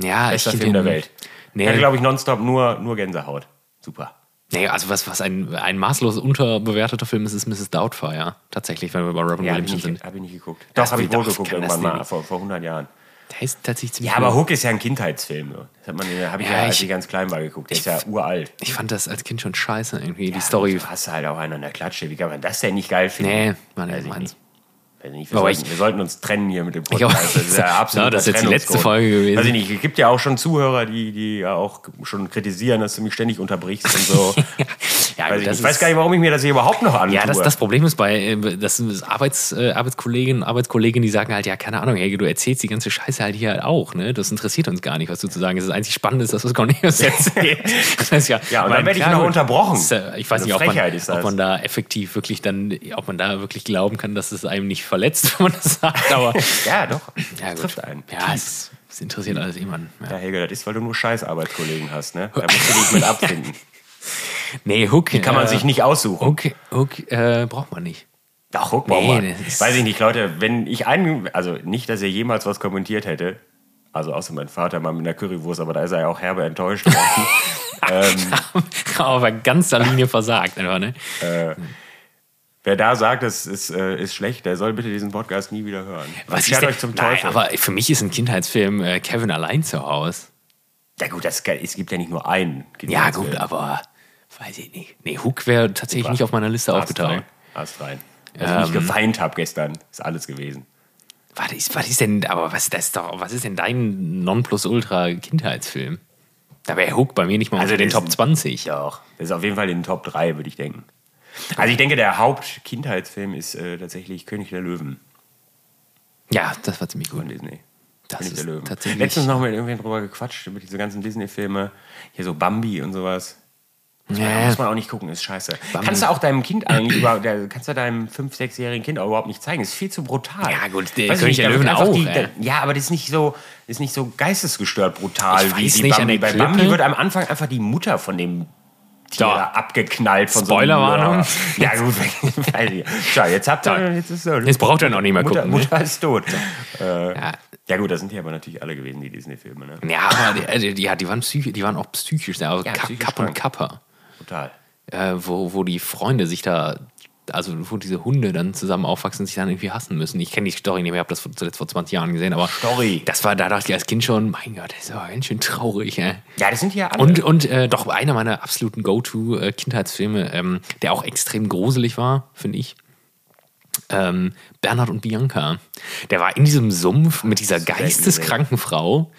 B: Ja,
A: Bester
B: ich
A: Film der
B: den-
A: Welt.
B: Nee,
A: Ja, glaube ich, nonstop nur, nur Gänsehaut. Super.
B: nee also was, was ein, ein maßlos unterbewerteter Film ist, ist Mrs. Doubtfire. Tatsächlich, wenn wir bei Robin
A: Ja, habe ich,
B: Williams schon
A: nicht-
B: sind.
A: hab ich nicht geguckt.
B: Das
A: Doch, habe ich
B: geht
A: wohl
B: doch,
A: geguckt
B: kann das
A: irgendwann mal,
B: nicht.
A: vor, vor 100 Jahren.
B: Der ist tatsächlich ziemlich
A: Ja, aber
B: gut.
A: Hook ist ja ein Kindheitsfilm. so. Das hat man, habe ich
B: Ja,
A: ja, als
B: ich-
A: ich ganz klein war geguckt. Der ist ja uralt.
B: Ich fand das als Kind schon scheiße irgendwie, die
A: Ja,
B: Story.
A: Du hast halt auch einen an der Klatsche. Wie kann man das denn nicht geil finden?
B: Nee, war nicht
A: Weiß ich
B: meins.
A: nicht. [LAUGHS] Weiß ich nicht. Wir,
B: Aber
A: sollten,
B: ich-
A: wir sollten uns trennen hier mit dem
B: auch.
A: Podcast. Das ist ja
B: [LAUGHS]
A: absolut
B: Ja, das ist jetzt die letzte Folge gewesen.
A: Weiß ich nicht. Es gibt ja auch schon Zuhörer, die, die ja auch schon kritisieren, dass du mich ständig unterbrichst und
B: [LAUGHS]
A: so.
B: Ja,
A: weiß
B: gut,
A: ich,
B: das
A: nicht. ich weiß
B: ist-
A: gar nicht, warum ich mir das hier überhaupt noch antue.
B: Ja, das,
A: [LAUGHS]
B: das Problem ist bei äh, das sind Arbeits, äh, Arbeitskollegen, Arbeitskollegen, die sagen halt, ja, keine Ahnung, Helge, du erzählst die ganze Scheiße halt hier halt auch, ne? Das interessiert uns gar nicht, was du zu sagen hast. Das einzig Spannende ist, dass was
A: [LAUGHS]
B: Cornelius erzählt. Das ist ja,
A: Ja, und dann
B: mein,
A: werde ich
B: klar,
A: noch
B: gut,
A: unterbrochen.
B: das ist, äh, ich weiß
A: Eine
B: nicht, ob man,
A: Frechheit ist das.
B: ob man da effektiv wirklich dann, ob man da wirklich glauben kann, dass es einem nicht verletzt, [LAUGHS] wenn man das
A: [LAUGHS]
B: sagt, aber
A: ja, doch.
B: ja, gut.
A: Trifft einen.
B: Ja, es, es interessiert alles niemanden. Ja.
A: Ja, Helge, das ist, weil du nur Scheißarbeitskollegen hast, ne? Da musst du dich
B: [LAUGHS]
A: mit abfinden.
B: Nee, Hook.
A: Kann man
B: äh,
A: sich nicht aussuchen.
B: Hook, Hook äh, braucht man nicht. [LAUGHS]
A: Doch, guck mal.
B: Nee,
A: Mann.
B: das ist-
A: Weiß ich nicht, Leute, wenn ich einen, also nicht, dass er jemals was kommentiert hätte, also außer mein Vater mal mit einer Currywurst, aber da ist er ja auch herbe enttäuscht
B: [LAUGHS]
A: worden.
B: aber bei ganzer Linie versagt einfach, ne?
A: Wer da sagt, das ist, äh, ist schlecht, der soll bitte diesen Podcast nie wieder hören.
B: Was
A: Schert
B: ist denn?
A: euch zum
B: Nein,
A: Teufel.
B: aber für mich ist ein Kindheitsfilm äh, Kevin allein zu Hause.
A: ja gut, das, es gibt ja nicht nur einen. Äh,
B: Ja, gut, aber weiß ich nicht. Nee, Hook wäre tatsächlich nicht auf meiner Liste aufgetaucht. Ähm.
A: Astrein. Astrein. Dass ich nicht geweint habe gestern, ist alles gewesen.
B: Was ist, was ist denn, aber was, das ist doch, was ist denn dein Nonplusultra-Kindheitsfilm? Da wäre Hook bei mir nicht mal
A: Also
B: unter den
A: das-
B: Top 20.
A: Doch. Das ist auf jeden Fall in den Top 3, würde ich denken. Also ich denke, der Hauptkindheitsfilm ist äh, tatsächlich König der Löwen
B: Ja, das war ziemlich gut.
A: von Disney.
B: Das
A: König
B: ist
A: der Löwen.
B: tatsächlich-
A: Letztens noch mit irgendwen drüber gequatscht, über diese ganzen Disney-Filme. Hier so Bambi und sowas. Ja,
B: Ja,
A: Muss man auch nicht gucken, ist scheiße.
B: Bambi.
A: Kannst du auch deinem Kind eigentlich, über, der, kannst du deinem 5-, 6-jährigen Kind auch überhaupt nicht zeigen. Ist viel zu brutal.
B: Ja, gut, der
A: Weiß ich nicht,
B: König
A: da
B: der Löwen
A: wird einfach
B: auch,
A: Die,
B: ey.
A: da, ja, aber das ist nicht so, ist nicht so geistesgestört brutal
B: Ich
A: wie,
B: weiß
A: wie
B: nicht, an
A: Bambi.
B: der
A: Bei Bambi
B: Klippe-
A: wird am Anfang einfach die Mutter von dem Tier
B: Doch.
A: abgeknallt. von so einem
B: Spoilerwarnung.
A: Mörder. Ja, gut. [LAUGHS] weiß ich. Schau, jetzt habt ihr. Jetzt, ist so,
B: Jetzt braucht er noch nicht mehr
A: Mutter,
B: gucken. ne?
A: Mutter ist tot. Äh,
B: Ja.
A: ja. ja, gut, das sind hier aber natürlich alle gewesen, die Disney-Filme. Ne?
B: ne? Ja, aber die, also die, ja, die, waren psychisch, die waren auch psychisch. sehr- Also
A: Ja,
B: Ka-
A: psychisch
B: Kapp und
A: krank.
B: Kappa.
A: Total.
B: äh, wo, wo die Freunde sich da, also wo diese Hunde dann zusammen aufwachsen und sich dann irgendwie hassen müssen. Ich kenne die Story nicht mehr, habe das vor- zuletzt vor 20 Jahren gesehen, aber
A: Story.
B: das war, da dachte ich als Kind schon, mein Gott, das ist aber ganz schön traurig. Ey.
A: Ja, das sind hier alle.
B: Und, und äh, doch einer meiner absoluten Go-To-Kindheitsfilme, ähm, der auch extrem gruselig war, finde ich. Ähm, Bernhard und Bianca. Der war in diesem
A: Ah,
B: Sumpf mit dieser
A: selten
B: geisteskranken Frau.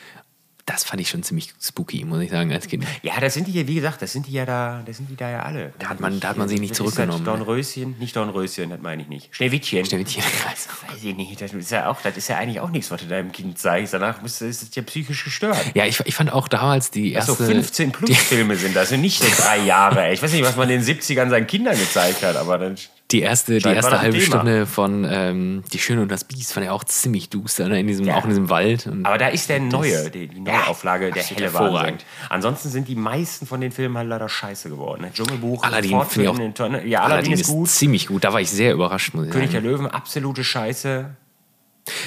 B: Das fand ich schon ziemlich spooky, muss ich sagen, als Kind.
A: Ja, das sind die hier, wie gesagt, das sind die ja da, das sind die da ja alle. Da
B: hat man- da hat man sich nicht zurückgenommen, ne?
A: Dornröschen, nicht Dornröschen, das meine ich nicht. Schneewittchen. [LAUGHS]
B: Der wird hier
A: Weiß ich nicht, das ist ja auch, das ist ja eigentlich auch nichts, was du deinem Kind zeigst. Danach bist du- ist es ja psychisch gestört.
B: Ja, ich, ich fand auch damals äh, die erste.
A: So 15 plus Filme sind das, sind nicht so drei Jahre. ey. Ich weiß nicht, was man in den 70ern seinen Kindern gezeigt hat, aber dann
B: Die erste, die
A: Scheint war
B: erste
A: das ein
B: halbe
A: Thema.
B: Stunde von ähm, Die Schöne und das Biest fand ich auch ziemlich duster, ne? in diesem, auch in diesem Wald. Und
A: aber da ist der neue, die, die neue
B: Ja,
A: Auflage, der
B: absolut
A: helle Wahnsinn.
B: hervorragend.
A: Ansonsten sind die meisten von den Filmen halt leider scheiße geworden. ne? Dschungelbuch,
B: Aladdin finde ich
A: Fortführen
B: auch-
A: in Tonne. Ja, Aladdin, ist gut.
B: ziemlich gut. Da war ich sehr überrascht, muss ich
A: König
B: sagen.
A: der Löwen, absolute Scheiße.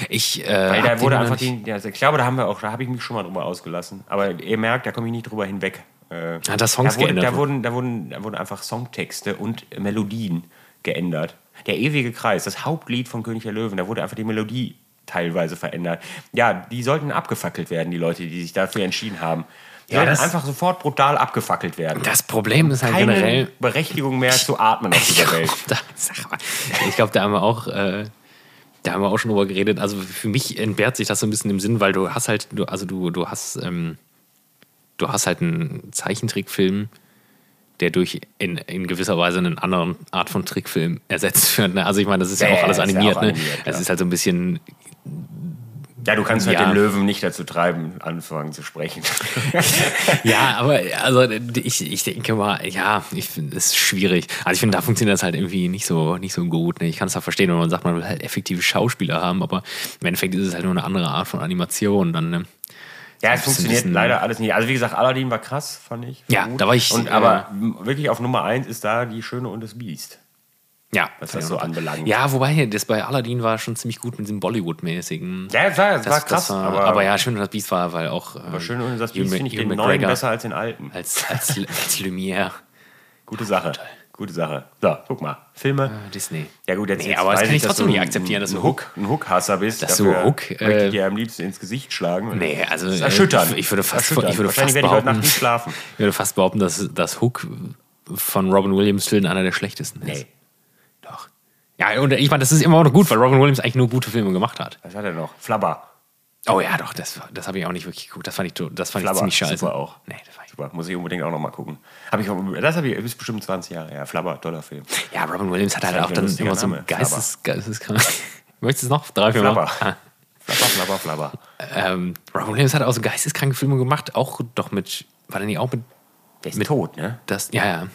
B: Ich, äh,
A: Weil
B: hab
A: da
B: den
A: wurde
B: noch
A: einfach
B: nicht-
A: die, ja, also ich glaube, da haben wir auch, da habe ich mich schon mal drüber ausgelassen. Aber ihr merkt, da komme ich nicht drüber hinweg. Äh,
B: Hat das Songs
A: da wurde,
B: geändert ne?
A: Da wurden, da, wurden, da wurden einfach Songtexte und Melodien geändert. Der ewige Kreis, das Hauptlied von König der Löwen, da wurde einfach die Melodie teilweise verändert. Ja, die sollten abgefackelt werden, die Leute, die sich dafür entschieden haben. Die
B: Ja,
A: sollten
B: das-
A: einfach sofort brutal abgefackelt werden.
B: Das Problem ist halt
A: Keine
B: generell.
A: Berechtigung mehr zu atmen auf
B: Ich
A: dieser Welt.
B: glaub, da, sag mal, ich glaube, da haben wir auch. Äh, da haben wir auch schon drüber geredet. Also für mich entbehrt sich das so ein bisschen im Sinn, weil du hast halt, du, also du, du hast, ähm, du hast halt einen Zeichentrickfilm, der durch in, in gewisser Weise eine andere Art von Trickfilm ersetzt wird. Ne? Also ich meine, das ist ja,
A: Ja,
B: auch alles
A: ist ja
B: animiert.
A: auch
B: ne?
A: animiert,
B: Es
A: ja.
B: ist halt so ein bisschen
A: Ja, du kannst halt
B: Ja.
A: den Löwen nicht dazu treiben, anfangen zu sprechen.
B: Ja, aber also ich, ich denke mal, ja, ich finde es ist schwierig. Also ich finde, da funktioniert das halt irgendwie nicht so, nicht so gut. Ne? Ich kann es ja verstehen, wenn man sagt, man will halt effektive Schauspieler haben, aber im Endeffekt ist es halt nur eine andere Art von Animation dann. Ne?
A: ja,
B: Ein
A: es funktioniert
B: bisschen- ne?
A: leider alles nicht. Also wie gesagt, Aladdin war krass, fand ich.
B: Ja, da war ich,
A: Und,
B: äh,
A: aber m- wirklich auf Nummer eins ist da die Schöne und das Biest.
B: Ja,
A: Was das so anbelangt.
B: Ja, wobei das bei Aladdin war schon ziemlich gut mit diesem Bollywood-mäßigen.
A: Ja, das war, das war
B: Das-
A: krass.
B: das war,
A: aber,
B: aber, ja, schön, und das Biest war, weil auch.
A: aber
B: Aber
A: Schöne und das Biest finde ich den neuen besser als den alten.
B: Als, als, als Lumiere.
A: Gute Sache. Gute Sache. So, guck mal. Filme.
B: Disney.
A: Ja gut, jetzt,
B: Nee,
A: jetzt
B: aber das
A: weiß
B: kann ich
A: dass
B: trotzdem
A: du
B: nicht
A: ein-
B: akzeptieren, dass
A: ein
B: du
A: Hook, ein Hook-Hasser bist.
B: Dass du Hook,
A: Möchte ich
B: äh,
A: dir am liebsten ins Gesicht schlagen.
B: Nee, also,
A: Das ist
B: äh,
A: erschüttern.
B: ich- ich würde fast-
A: erschüttern.
B: ich würde
A: Wahrscheinlich
B: fast
A: werde ich heute Nacht
B: behaupten-
A: nicht schlafen.
B: Ich würde fast behaupten, dass das Hook von Robin Williams Filmen einer der schlechtesten ist.
A: Nee.
B: Doch. Ja, und ich meine, das ist immer noch gut, weil Robin Williams eigentlich nur gute Filme gemacht hat.
A: Was hat er noch? Flabber.
B: Oh ja, doch, das, war- das habe ich auch nicht wirklich geguckt. Das fand ich, to- das fand ich
A: Flabber,
B: ziemlich scheiße.
A: super auch.
B: Nee, das fand ich,
A: Super, muss ich unbedingt auch nochmal gucken. Hab ich, auch- das habe ich bis bestimmt 20 Jahre. Ja, Flabber, toller Film.
B: ja, Robin Williams hat halt
A: fand
B: auch
A: ich ein
B: dann
A: lustiger
B: immer so
A: Name,
B: ein geistes, geisteskrank. [LAUGHS] Möchtest du es noch? Drei, vier Mal?
A: Flabber. Flabber, Flabber, Flabber.
B: Ähm, Robin Williams hat auch so geisteskranke Filme gemacht, auch doch mit, war der nicht auch mit
A: Der ist tot, ne?
B: das, ja, ja,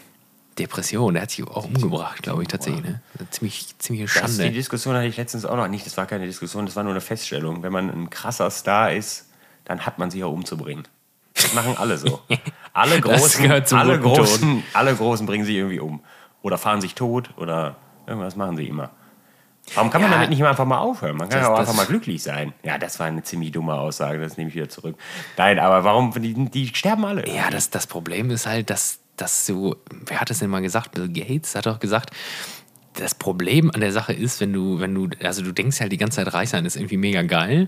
B: Depression, der hat sich auch umgebracht, glaube ich, tatsächlich. Ne? Ziemlich, ziemliche
A: Das, die
B: Schande.
A: Diskussion hatte ich letztens auch noch nicht. Das war keine Diskussion, das war nur eine Feststellung. Wenn man ein krasser Star ist, dann hat man sich auch umzubringen. Das machen alle
B: [LAUGHS]
A: so. Alle
B: Das
A: großen,
B: gehört zum
A: alle,
B: guten Ton.
A: großen, alle großen bringen sich irgendwie um. Oder fahren sich tot oder irgendwas machen sie immer. Warum kann man
B: Ja.
A: damit nicht mal einfach mal aufhören? Man kann
B: Das-
A: ja auch
B: das-
A: einfach mal glücklich sein. Ja, das war eine ziemlich dumme Aussage, das nehme ich wieder zurück. Nein, aber warum? Die, die sterben alle.
B: Ja, das, das Problem ist halt, dass, dass so, wer hat das denn mal gesagt? Bill Gates hat doch gesagt, das Problem an der Sache ist, wenn du, wenn du, also du denkst halt die ganze Zeit reich sein ist irgendwie mega geil.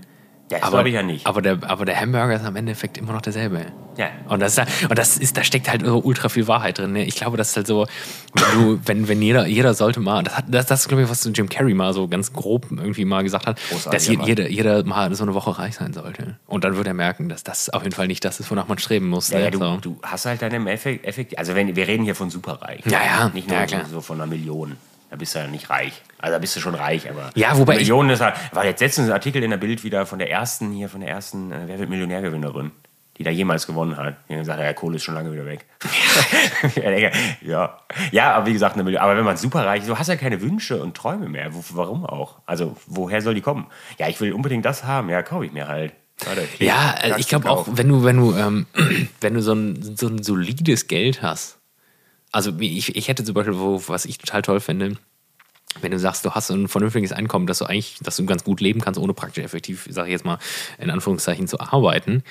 A: Ja, das
B: aber-
A: glaub ich ja nicht.
B: Aber der, aber der Hamburger ist am Endeffekt immer noch derselbe.
A: Ja.
B: Und das ist, da- und das ist da steckt halt so ultra viel Wahrheit drin. Ne? Ich glaube, das ist halt so, wenn du, wenn, wenn jeder, jeder sollte mal, das, hat, das, das ist, glaube ich, was Jim Carrey mal so ganz grob irgendwie mal gesagt hat,
A: Großartiger
B: dass je,
A: Mann.
B: jeder, jeder mal so eine Woche reich sein sollte. Und dann wird er merken, dass das auf jeden Fall nicht das ist, wonach man streben muss.
A: Ja,
B: ne?
A: ja, du,
B: so.
A: du hast halt deine Effekt, Effekt also wenn, wir reden hier von superreich.
B: Ja, ja.
A: Nicht nur
B: Ja, klar.
A: so von einer Million. Da bist du ja nicht reich. Also da bist du schon reich, aber
B: Ja, wobei ich-
A: Millionen ist halt, war jetzt letztens ein Artikel in der Bild wieder von der ersten hier, von der ersten, äh, wer wird Millionärgewinnerin, die da jemals gewonnen hat. Und dann sagt er, ja, Kohle ist schon lange wieder
B: [LAUGHS]
A: weg. ja, Digga, ja. ja, aber wie gesagt, eine Million. Aber wenn man superreich ist, du hast ja keine Wünsche und Träume mehr. Wo, warum auch? Also woher soll die kommen? Ja, ich will unbedingt das haben. Ja, kaufe ich mir halt. Warte, hier,
B: Ja, also
A: zack,
B: ich glaube
A: gekauft.
B: auch, wenn du, wenn du, ähm, [CLEARS THROAT] wenn du so ein, so ein solides Geld hast, also wie ich, ich hätte zum Beispiel, wo, was ich total toll finde, wenn du sagst, du hast so ein vernünftiges Einkommen, dass du eigentlich, dass du ganz gut leben kannst, ohne praktisch effektiv, sage ich jetzt mal, in Anführungszeichen zu arbeiten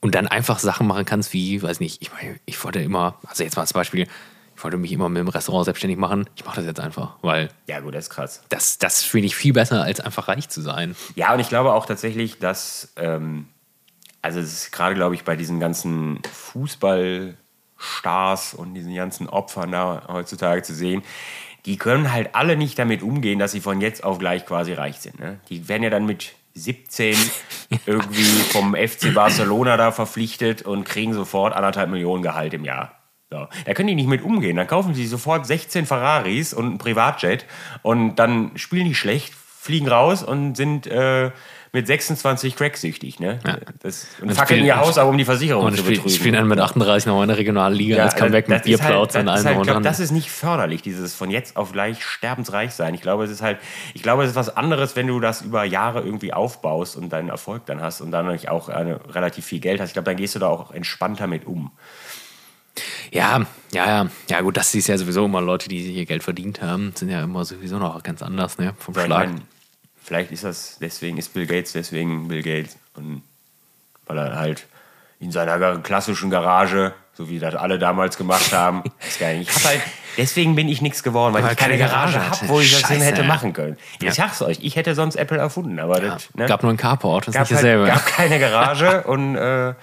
B: und dann einfach Sachen machen kannst, wie, weiß nicht, ich meine, ich wollte immer, also jetzt mal als Beispiel, ich wollte mich immer mit dem Restaurant selbstständig machen, ich mache das jetzt einfach, weil
A: Ja, gut, das ist krass.
B: das, das finde ich viel besser, als einfach reich zu sein.
A: Ja, und ich glaube auch tatsächlich, dass, ähm, also es ist gerade, glaube ich, bei diesen ganzen Fußballstars und diesen ganzen Opfern da heutzutage zu sehen, die können halt alle nicht damit umgehen, dass sie von jetzt auf gleich quasi reich sind. Ne? Die werden ja dann mit 17 irgendwie vom FC Barcelona da verpflichtet und kriegen sofort anderthalb Millionen Gehalt im Jahr. So. Da können die nicht mit umgehen. Dann kaufen sie sofort 16 Ferraris und einen Privatjet und dann spielen die schlecht, fliegen raus und sind äh, mit 26 cracksüchtig. Ne? Das, und, fackeln
B: spielen-
A: ihr Haus ab, um die Versicherung
B: Und
A: zu
B: spiel,
A: betrügen.
B: spielen dann mit 38 nochmal in der Regionalliga als Comeback mit
A: ist halt-
B: Bierplauz und
A: das ist halt,
B: allem drum
A: ich
B: und
A: glaub,
B: dran.
A: Das ist nicht förderlich, dieses von jetzt auf gleich sterbensreich sein. Ich glaube, es ist halt, ich glaube, es ist was anderes, wenn du das über Jahre irgendwie aufbaust und deinen Erfolg dann hast und dadurch auch eine, relativ viel Geld hast. Ich glaube, dann gehst du da auch entspannter mit um.
B: Ja, ja, ja. Ja, gut, das ist ja sowieso immer Leute, die sich ihr Geld verdient haben, sind ja immer sowieso noch ganz anders, ne? Vom
A: Weil ich
B: Schlag.
A: mein, vielleicht ist das, deswegen ist Bill Gates deswegen Bill Gates. Und weil er halt in seiner gar- klassischen Garage, so wie das alle damals gemacht
B: [LAUGHS]
A: haben, ist gar nicht. Ich hab halt, deswegen bin ich nichts geworden, weil,
B: Weil
A: ich keine
B: keine
A: Garage,
B: Garage
A: habe,
B: hatte.
A: wo ich das hin
B: Scheiße,
A: hätte
B: ja.
A: machen können.
B: Ja.
A: Ich sag's euch, ich hätte sonst Apple erfunden, aber das, ne? halt
B: Gab nur einen Carport, das ist
A: gab,
B: nicht dasselbe.
A: halt, gab keine Garage und äh,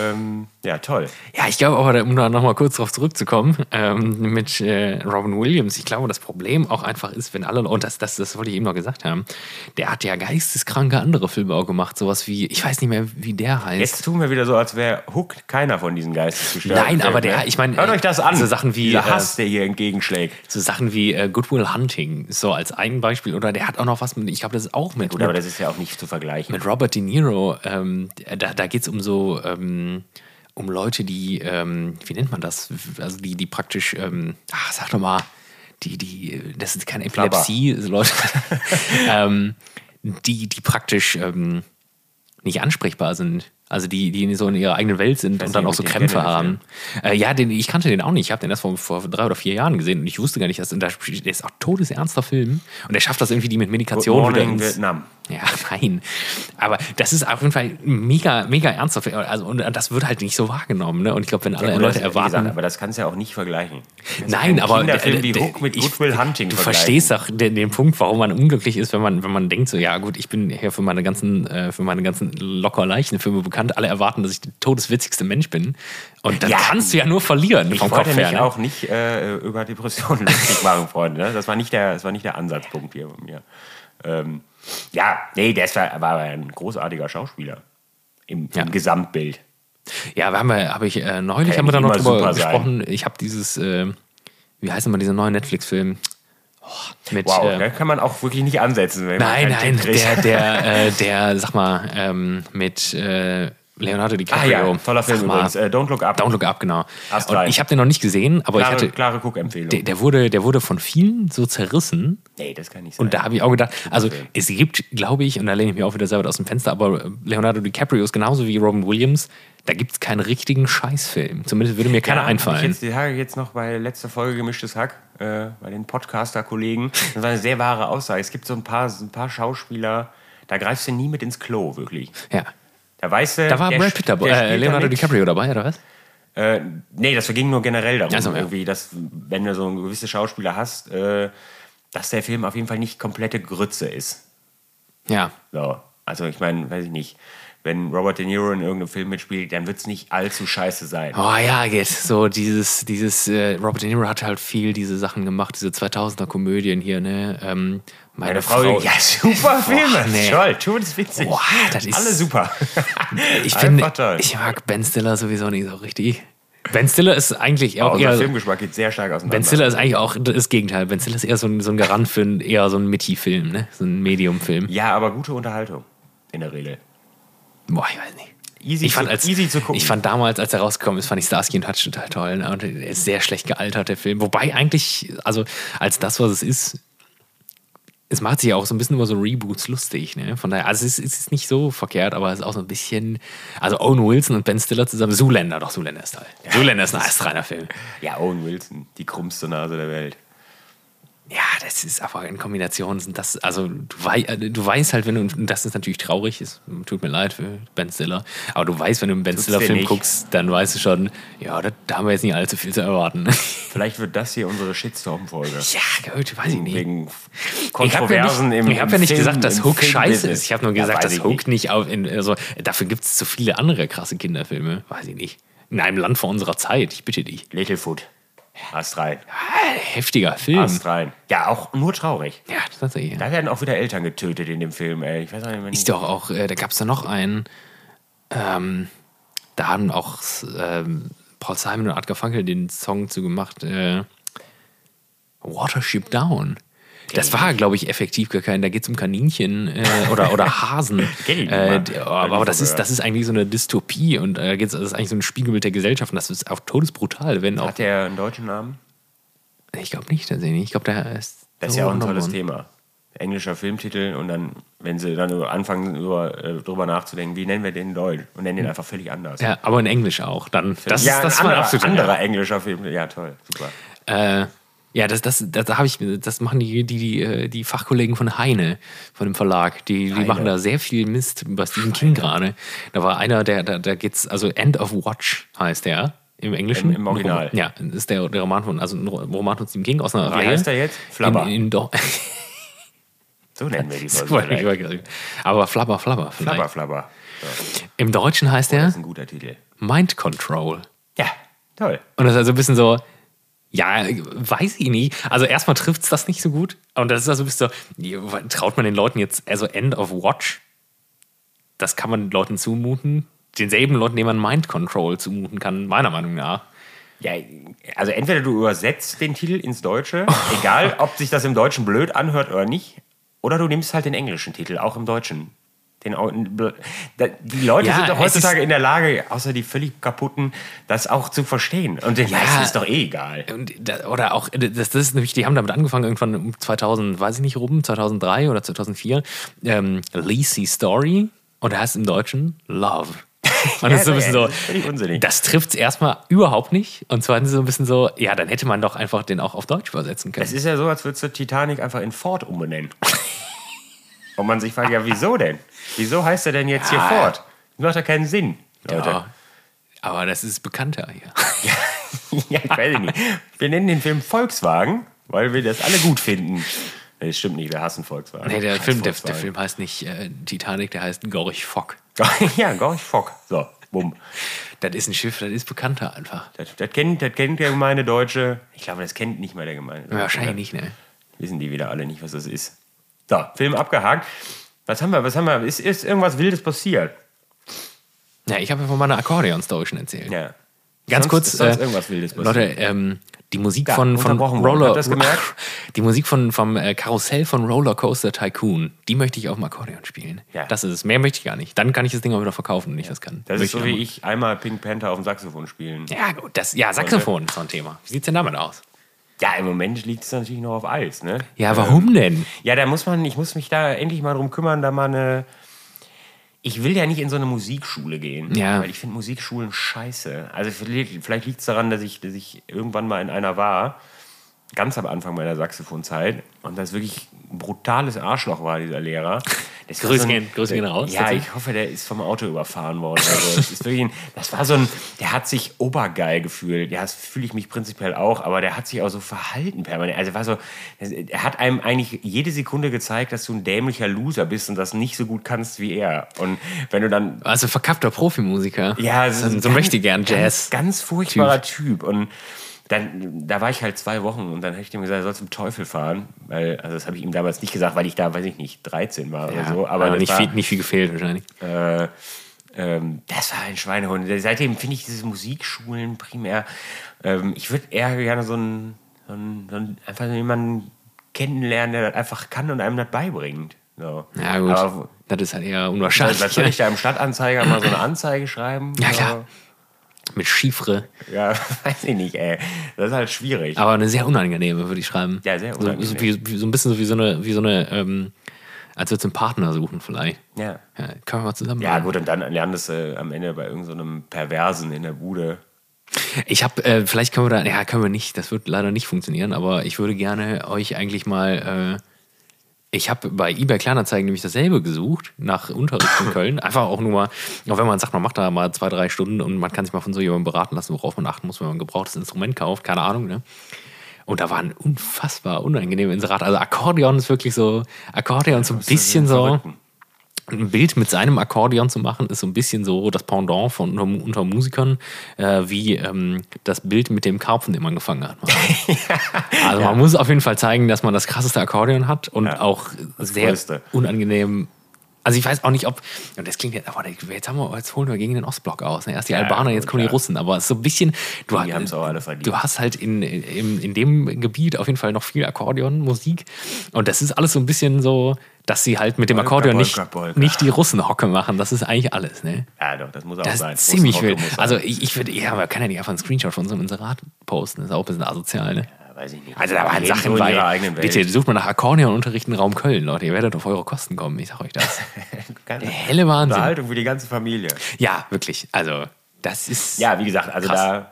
A: ähm, Ja, toll.
B: [LAUGHS] Ja, ich glaube aber, um da nochmal kurz drauf zurückzukommen, ähm, mit äh, Robin Williams, ich glaube, das Problem auch einfach ist, wenn alle, und das, das, das wollte ich eben noch gesagt haben, der hat ja geisteskranke andere Filme auch gemacht, sowas wie, ich weiß nicht mehr, wie der heißt.
A: Jetzt tun wir wieder so, als wäre Hook keiner von diesen Geisteszuständen.
B: Nein, aber der- ich meine,
A: ne? Hört euch das an.
B: so Sachen wie,
A: Dieser
B: äh,
A: Hass, der hier entgegenschlägt.
B: So Sachen wie äh, Goodwill Hunting, so als ein Beispiel, oder der hat auch noch was mit, ich glaube, das ist auch mit,
A: Gut, aber das ist ja auch nicht zu vergleichen.
B: mit Robert De Niro, ähm, da, da geht es um so, ähm, um Leute, die, ähm, wie nennt man das? Also die, die praktisch, ähm, ach, sag doch mal, die, die, das ist keine Epilepsie, so Leute, [LAUGHS] ähm, die, die praktisch ähm, nicht ansprechbar sind. Also die, die so in ihrer eigenen Welt sind
A: weiß
B: und dann
A: nicht,
B: auch
A: ob
B: so
A: ich den
B: Krämpfe
A: kenne, den
B: haben. Äh, ja, den, ich kannte den auch nicht. Ich habe den erst vor, vor drei oder vier Jahren gesehen und ich wusste gar nicht, dass der ist auch todesernster Film und er schafft das irgendwie, die mit Medikation wieder
A: Morning
B: ins,
A: Vietnam.
B: ja, [LAUGHS] nein. Aber das ist auf jeden Fall mega, mega ernsthaft. Also, und das wird halt nicht so wahrgenommen. Ne? Und ich glaube, wenn alle
A: Ja, gut,
B: Leute
A: das- wie gesagt,
B: erwarten.
A: aber das kannst du ja auch nicht vergleichen.
B: nein, aber.
A: Kinderfilm
B: der-
A: wie
B: der-
A: Hook mit
B: ich-
A: Good Will Hunting
B: Du
A: vergleichen.
B: verstehst doch den, den Punkt, warum man unglücklich ist, wenn man, wenn man denkt, so, ja, gut, ich bin hier für meine ganzen, äh, für meine ganzen locker leichten Filme bekannt. Alle erwarten, dass ich der todeswitzigste Mensch bin. Und dann
A: Ja.
B: kannst du ja nur verlieren
A: Ich
B: vom
A: wollte
B: Kopf her.
A: mich
B: ne?
A: auch nicht äh, über Depressionen [LAUGHS] lustig machen, Freunde. Ne? Das, war nicht der, das war nicht der Ansatzpunkt hier bei mir. Ähm, ja, nee, der ist, war, war ein großartiger Schauspieler im,
B: Ja.
A: im Gesamtbild.
B: Ja, wir haben ja, habe ich äh, neulich
A: ja
B: haben wir da
A: nicht
B: noch
A: immer
B: drüber
A: super sein.
B: gesprochen. Ich habe dieses, äh, wie heißt nochmal dieser neue Netflix-Film? Oh, mit,
A: Wow,
B: äh,
A: da kann man auch wirklich nicht ansetzen. Wenn
B: Nein,
A: man keinen
B: nein,
A: Tipp kriegt.
B: der, der, äh, der, sag mal, ähm, mit äh, Leonardo
A: Ah
B: DiCaprio.
A: ja, toller Film
B: Sag mal,
A: übrigens. Äh, Don't Look Up.
B: Don't Look Up, genau.
A: Astral.
B: Und ich habe den noch nicht gesehen, aber
A: klare,
B: ich hatte,
A: klare Cook-Empfehlung.
B: der, der, wurde, der wurde von vielen so zerrissen.
A: Nee, das kann nicht sein.
B: Und da habe ich auch gedacht, also es gibt, glaube ich, und da lehne ich mich auch wieder selber aus dem Fenster, aber äh, Leonardo DiCaprio ist genauso wie Robin Williams, da gibt es keinen richtigen Scheißfilm. Zumindest würde mir
A: Ja,
B: keiner
A: hab Ich
B: einfallen.
A: jetzt, die Tage jetzt noch bei letzter Folge gemischtes Hack, äh, bei den Podcaster-Kollegen. Das war eine sehr wahre Aussage. Es gibt so ein paar, so ein paar Schauspieler, da greifst du nie mit ins Klo, wirklich.
B: Ja.
A: Da weißt du.
B: Da war
A: der
B: Brad
A: sp-
B: Pitt dabei,
A: der
B: äh,
A: spielt
B: Leonardo
A: da mit.
B: DiCaprio dabei, oder was?
A: Äh, nee, das ging nur generell darum,
B: Also, ja.
A: irgendwie, dass, wenn du so einen gewissen Schauspieler hast, äh, dass der Film auf jeden Fall nicht komplette Grütze ist.
B: Ja.
A: So. Also ich meine, weiß ich nicht, wenn Robert De Niro in irgendeinem Film mitspielt, dann wird es nicht allzu scheiße sein.
B: Oh ja, geht. So dieses, dieses, äh, Robert De Niro hat halt viel diese Sachen gemacht, diese 2000er Komödien hier, ne? Ähm, meine,
A: Eine
B: Frau,
A: Frau, ja, super Filme.
B: nee.
A: Toll, tut es witzig.
B: Boah, das ist-
A: Alle super.
B: [LAUGHS] ich bin,
A: Einfach toll.
B: ich mag Ben Stiller sowieso nicht so richtig. Ben Stiller ist eigentlich auch
A: Aber unser
B: eher,
A: Filmgeschmack geht sehr stark auseinander.
B: Ben Stiller ist eigentlich auch das Gegenteil. Ben Stiller ist eher so ein, so ein Garant für ein, eher so ein Mitty-Film, ne? So ein Medium-Film.
A: ja, aber gute Unterhaltung. In der Regel.
B: Boah, ich weiß nicht.
A: Easy
B: ich fand,
A: zu-
B: als,
A: easy zu gucken.
B: Ich fand damals, als er rausgekommen ist, fand ich Starsky und Hutch total toll. ne? Und er ist sehr schlecht gealtert, der Film. Wobei eigentlich, also als das, was es ist, es macht sich ja auch so ein bisschen über so Reboots lustig. Ne? Von daher, also es ist, es ist nicht so verkehrt, aber es ist auch so ein bisschen, also Owen Wilson und Ben Stiller zusammen, Zoolander, doch Zoolander ist toll. Zoolander ist ein astreiner Film.
A: Ja, Owen Wilson, die krummste Nase der Welt.
B: Ja, das ist aber in Kombination sind das, also du, wei äh, du weißt halt, wenn du, und das ist natürlich traurig, es tut mir leid für Ben Stiller, aber du weißt, wenn du einen Ben
A: dir
B: Stiller-Film
A: nicht.
B: guckst, dann weißt du schon, ja, da, da haben wir jetzt nicht allzu viel zu erwarten. [LAUGHS]
A: Vielleicht wird das hier unsere Shitstorm-Folge.
B: ja, gut, weiß ich nicht.
A: Wegen
B: Ich habe ja
A: Kontroversen
B: nicht,
A: im
B: ich hab ja nicht
A: im Film-
B: gesagt, dass
A: im
B: Hook scheiße
A: Filmbusiness.
B: ist. Ich habe nur
A: Ja,
B: gesagt,
A: weiß
B: dass
A: ich
B: Hook
A: nicht.
B: nicht, auf, in, also, dafür gibt es zu viele andere krasse Kinderfilme, weiß ich nicht. In einem Land vor unserer Zeit, ich bitte dich.
A: Littlefoot. Hast rein.
B: Ah, Heftiger Film.
A: Hast rein. Ja, auch nur traurig.
B: Ja, das ist ja.
A: Da werden auch wieder Eltern getötet in dem Film, ey. Ich weiß auch nicht, man
B: Ist doch auch, äh, da gab es ja noch einen, ähm, da haben auch ähm, Paul Simon und Art Garfunkel den Song zu gemacht, äh, Watership Down. Das war, glaube ich, effektiv gar kein. Da geht es um Kaninchen äh,
A: [LAUGHS]
B: oder, oder Hasen.
A: Kenn ich nicht
B: äh,
A: mal.
B: d-
A: Hab ich
B: aber
A: nie
B: aber das,
A: von
B: ist, das ist eigentlich so eine Dystopie und äh, geht's, das ist eigentlich so ein Spiegelbild der Gesellschaft. Und das ist auch todesbrutal, wenn auch.
A: Hat der einen deutschen Namen?
B: Ich glaube nicht, tatsächlich. Ich glaube, der ist.
A: Das ist ja auch ein
B: Wonder
A: tolles
B: Woman.
A: Thema. Englischer Filmtitel und dann, wenn sie dann über- anfangen, über, äh, drüber nachzudenken, wie nennen wir den in Deutsch? Und nennen den einfach völlig anders.
B: Ja, aber in Englisch auch. Dann, das
A: ja,
B: ist das
A: ein
B: war
A: anderer,
B: absolut
A: anderer englischer Filmtitel. Ja, toll, super.
B: Äh, ja, das, das, das, da habe ich, das machen die, die, die, äh, die Fachkollegen von Heine, von dem Verlag. Die, die machen da sehr viel Mist über Stephen King gerade. Da war einer, der, da, da geht's, also End of Watch heißt der im Englischen.
A: Im- im Original.
B: Ja, das ist der, der Roman von, also ein Ro- Roman von Stephen King aus einer
A: Wie
B: Reihe. [LAUGHS]
A: heißt der jetzt? Flubber.
B: In, in Deu-
A: So nennen wir die
B: [LAUGHS] Das
A: Folge.
B: wollte ich
A: vielleicht.
B: übergehen. Aber Flabber Flabber vielleicht.
A: Flabber, Flabber. Ja,
B: Im Deutschen heißt
A: Das
B: er
A: ist ein guter Titel.
B: Mind Control.
A: Ja, toll.
B: Und das ist also ein bisschen so, ja, weiß ich nicht. Also erstmal trifft es das nicht so gut. Und das ist also ein bisschen so, traut man den Leuten jetzt, also End of Watch, das kann man Leuten zumuten. Denselben Leuten, denen man Mind Control zumuten kann, meiner Meinung nach.
A: Ja, also entweder du übersetzt den Titel ins
B: [LAUGHS]
A: Deutsche, egal ob sich das im Deutschen blöd anhört oder nicht, oder du nimmst halt den englischen Titel, auch im Deutschen. Den, au- da- die Leute
B: Ja,
A: sind doch
B: es
A: heutzutage in der Lage, außer die völlig kaputten, das auch zu verstehen. Und den meisten ist doch eh egal.
B: Und da, oder auch, äh, das, das ist nämlich, die haben damit angefangen, irgendwann um 2000, weiß ich nicht rum, 2003 oder 2004, ähm, Lacey Story und da heißt es im Deutschen Love. [LAUGHS] Und das ist so ein bisschen so,
A: das ist völlig unsinnig.
B: das trifft es erstmal überhaupt nicht. Und zweitens so ein bisschen so, ja, dann hätte man doch einfach den auch auf Deutsch übersetzen
A: Es
B: können.
A: ist ja so, als würdest du Titanic einfach in Ford
B: [LAUGHS]
A: umbenennen. Und man sich fragt, ja, wieso denn? Wieso heißt er denn jetzt
B: Ja.
A: hier Ford? Das macht ja keinen Sinn, Leute.
B: Ja. Aber das ist bekannter hier.
A: [LAUGHS] Ja, ich weiß nicht. Wir nennen den Film Volkswagen, weil wir das alle gut finden. Nee, das stimmt nicht, wir hassen Volkswagen. [LAUGHS]
B: Nee, der,
A: Scheiß
B: Film, der, der
A: Volkswagen.
B: Film heißt nicht äh, Titanic, der heißt Gorch Fock.
A: ja, Gorch Fock. So, bumm.
B: Das ist ein Schiff, das ist bekannter einfach.
A: Das, das, kennt, das kennt der gemeine Deutsche. Ich glaube, das kennt nicht mal der gemeine Deutsche.
B: Wahrscheinlich nicht, ne?
A: Das Wissen die wieder alle nicht, was das ist. So, Film abgehakt. Was haben wir? Was haben wir? Ist, ist irgendwas Wildes passiert?
B: Ja, ich habe ja von meiner Akkordeon-Story schon erzählt.
A: Ja.
B: Ganz
A: Sonst-
B: kurz,
A: ist Sonst
B: äh,
A: irgendwas Wildes passiert.
B: Leute, ähm, die Musik
A: Ja,
B: von, von
A: unterbrochen worden.
B: Roller,
A: Habt ihr das gemerkt?
B: [LAUGHS] die Musik von vom äh, Karussell von Rollercoaster Tycoon, die möchte ich auf dem Akkordeon spielen.
A: Ja.
B: Das ist es. Mehr möchte ich gar nicht. Dann kann ich das Ding auch wieder verkaufen, wenn ich das kann.
A: das ist so
B: Möchte
A: wie ich einmal Pink Panther auf dem Saxophon spielen.
B: auch mal. Ja, gut. Das, ja, Saxophon ist so ein Thema. Wie sieht's denn damit aus?
A: Ja, im Moment liegt es natürlich noch auf Eis, ne?
B: Ja, warum denn?
A: Ja, da muss man, ich muss mich da endlich mal drum kümmern, da mal eine. Ich will ja nicht in so eine Musikschule gehen,
B: Ja.
A: weil ich finde Musikschulen scheiße. Also vielleicht, vielleicht liegt es daran, dass ich, dass ich irgendwann mal in einer war, ganz am Anfang meiner Saxophonzeit, und das wirklich ein brutales Arschloch war, dieser
B: [LAUGHS]
A: Lehrer. Das war
B: Grüße
A: ein-
B: gehen- Grüße gehen raus,
A: Ja,
B: tatsächlich.
A: ich hoffe, der ist vom Auto überfahren worden. Also, das, ist wirklich ein, das war so ein, der hat sich obergeil gefühlt. Ja, das fühle ich mich prinzipiell auch, aber der hat sich auch so verhalten permanent. Also war so, er hat einem eigentlich jede Sekunde gezeigt, dass du ein dämlicher Loser bist und das nicht so gut kannst wie er. Und wenn du dann
B: Also verkappter Profimusiker.
A: ja,
B: so, so möchte gern Jazz.
A: Also Ganz, ganz furchtbarer typ. Und dann, da war ich halt zwei Wochen und dann habe ich dem gesagt, er soll zum Teufel fahren. Weil, also das habe ich ihm damals nicht gesagt, weil ich da, weiß ich nicht, 13 war oder
B: ja,
A: so. Aber das
B: nicht,
A: war,
B: viel, nicht viel gefehlt wahrscheinlich.
A: äh, ähm, das war ein Schweinehund. Seitdem finde ich diese Musikschulen primär. Ähm, ich würde eher gerne so einen, so einen, so einen einfach so jemanden kennenlernen, der das einfach kann und einem das beibringt. So.
B: Ja, gut.
A: Aber
B: das ist halt eher
A: was
B: unwahrscheinlich.
A: was soll ich da im Stadtanzeiger mal so eine Anzeige schreiben?
B: ja,
A: So.
B: klar. [LAUGHS] Mit Chiffre.
A: Ja, [LAUGHS] weiß ich nicht, ey. Das ist halt schwierig.
B: Aber eine sehr unangenehme, würde ich schreiben.
A: Ja, sehr
B: So,
A: unangenehm.
B: so, wie, wie, so ein bisschen so wie so eine, wie so eine ähm, als würdest du einen Partner suchen vielleicht.
A: Ja.
B: Ja, können wir mal zusammen
A: Ja,
B: machen.
A: gut, und dann lernst du äh, am Ende bei irgendeinem so einem Perversen in der Bude.
B: Ich habe, äh, vielleicht können wir da, ja, können wir nicht, das wird leider nicht funktionieren, aber ich würde gerne euch eigentlich mal, äh, ich habe bei eBay Kleinanzeigen nämlich dasselbe gesucht, nach Unterricht
A: [LAUGHS]
B: in Köln. Einfach auch nur mal, auch wenn man sagt, man macht da mal zwei, drei Stunden und man kann sich mal von so jemandem beraten lassen, worauf man achten muss, wenn man ein gebrauchtes Instrument kauft, keine Ahnung, ne? Und da waren unfassbar unangenehme Inserate. Also Akkordeon ist wirklich so, Akkordeon ist so ein bisschen so, ein Bild mit seinem Akkordeon zu machen, ist so ein bisschen so das Pendant von unter, unter Musikern, äh, wie ähm, das Bild mit dem Karpfen, den man gefangen
A: [LAUGHS]
B: hat. also man muss auf jeden Fall zeigen, dass man das krasseste Akkordeon hat und
A: Ja,
B: auch sehr
A: größte.
B: unangenehm. Also ich weiß auch nicht, ob, und das klingt jetzt, aber jetzt, haben wir, jetzt holen wir gegen den Ostblock aus. Ne? Erst die Albaner, jetzt
A: gut,
B: kommen die
A: ja.
B: Russen, aber es ist so ein bisschen, du,
A: Die haben's auch alle verdient.
B: Äh, du hast halt in, in, in dem Gebiet auf jeden Fall noch viel Akkordeonmusik und das ist alles so ein bisschen so, dass sie halt mit dem
A: Polka,
B: Akkordeon
A: Polka,
B: nicht,
A: Polka.
B: nicht die Russenhocke machen. Das ist eigentlich alles, ne?
A: Ja, doch, das muss auch
B: Das
A: sein.
B: ist ziemlich
A: Russenhocke
B: wild.
A: muss sein.
B: Also ich, ich würde, ja, man kann ja nicht einfach einen Screenshot von unserem Inserat posten. Das ist auch ein bisschen asozial, ne?
A: Ja, weiß ich nicht.
B: Also da waren
A: Die leben so
B: Sachen
A: in ihrer
B: bei.
A: eigenen Welt.
B: Bitte sucht mal nach Akkordeonunterricht in Raum Köln, Leute. Ihr werdet auf eure Kosten kommen. Ich sag
A: [LAUGHS]
B: euch das.
A: Keine
B: Helle äh, Wahnsinn.
A: Unterhaltung für die ganze Familie.
B: Ja, wirklich. Also das ist.
A: Ja, wie gesagt, also
B: Krass.
A: da.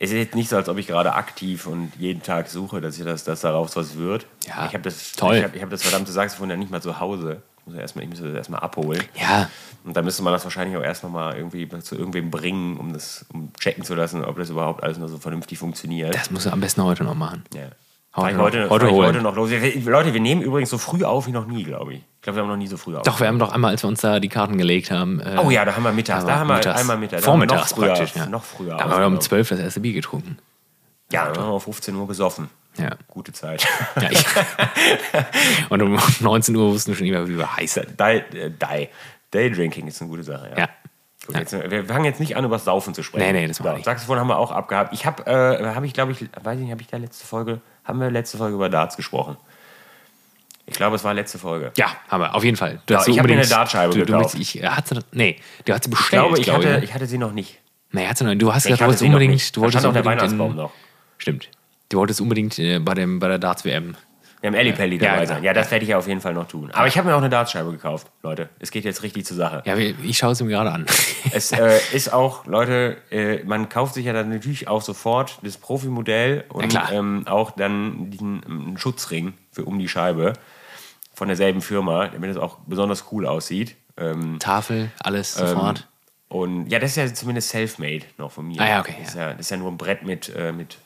A: Es ist jetzt nicht so, als ob ich gerade aktiv und jeden Tag suche, dass, ich das, dass daraus was wird.
B: Ja,
A: ich habe das,
B: toll.
A: Ich hab, ich hab das verdammte Saxophon ja nicht mal zu Hause. Ich muss, ja erstmal, ich muss das erstmal abholen.
B: Ja.
A: Und dann müsste man das wahrscheinlich auch erst nochmal irgendwie zu irgendwem bringen, um das um checken zu lassen, ob das überhaupt alles noch so vernünftig funktioniert.
B: Das musst du am besten heute noch machen.
A: ja. Fahr ich
B: noch-
A: heute, fahr
B: heute
A: ich
B: holen.
A: heute noch los. Leute, wir nehmen übrigens so früh auf wie noch nie, glaube ich. Ich glaube, wir haben noch nie so früh auf.
B: Doch, wir haben doch einmal, als wir uns da die Karten gelegt haben. äh,
A: Oh ja, da haben wir mittags. Da haben wir einmal mittags. Da haben wir noch
B: Vormittags
A: früher-
B: praktisch. Ja.
A: noch früher
B: Da haben wir um
A: aufgenommen.
B: 12 das erste Bier getrunken.
A: Ja, dann haben wir um 15 Uhr besoffen.
B: Ja.
A: Gute Zeit. [LAUGHS]
B: ja ich, und um 19 Uhr wussten wir schon immer, wie wir heiß sind.
A: Day, äh, Day, Daydrinking ist eine gute Sache, ja.
B: Ja.
A: Gut, jetzt, äh, wir fangen jetzt nicht an, über das Saufen zu sprechen.
B: Nee, nee, das machen wir nicht.
A: Saxophon haben wir auch abgehabt. Ich habe, äh, habe ich, glaube ich, weiß ich nicht, habe ich da letzte Folge, haben wir letzte Folge über Darts gesprochen? Ich glaube, es war letzte Folge.
B: Ja, haben wir, auf jeden Fall. Du
A: Ja,
B: so
A: ich hab mir
B: unbedingt-
A: eine Dartscheibe
B: du, du
A: gekauft.
B: möchtest- Ich, er hat sie, nee, du hast sie
A: Ich
B: bestellt,
A: glaube, ich
B: glaub
A: hatte,
B: ne?
A: ich hatte sie noch nicht.
B: Nee, er hat sie noch, du hast
A: Ich
B: gesagt, du
A: hatte
B: wolltest
A: sie noch
B: unbedingt,
A: nicht.
B: du
A: Da
B: wolltest
A: stand auch der
B: unbedingt
A: Weihnachtsbaum
B: in-
A: noch.
B: Stimmt. Du wolltest unbedingt äh, bei, dem, bei der Darts WM.
A: Wir haben Ellie Pelli
B: Ja,
A: dabei
B: genau.
A: sein. Ja, das werde ich ja auf jeden Fall noch tun. Aber ich habe mir auch eine Dartscheibe gekauft, Leute. Es geht jetzt richtig zur Sache.
B: Ja, wir- ich schaue es mir gerade an.
A: Es äh, ist auch, Leute, äh, man kauft sich ja dann natürlich auch sofort das Profimodell und
B: klar.
A: ähm, auch dann den, einen Schutzring für um die Scheibe von derselben Firma, damit es auch besonders cool aussieht. Ähm,
B: [LAUGHS] Tafel, alles sofort.
A: und ja, das ist ja zumindest self-made noch von mir.
B: Ah ja, okay,
A: Das ist ja, das ist ja nur ein Brett mit, äh, mit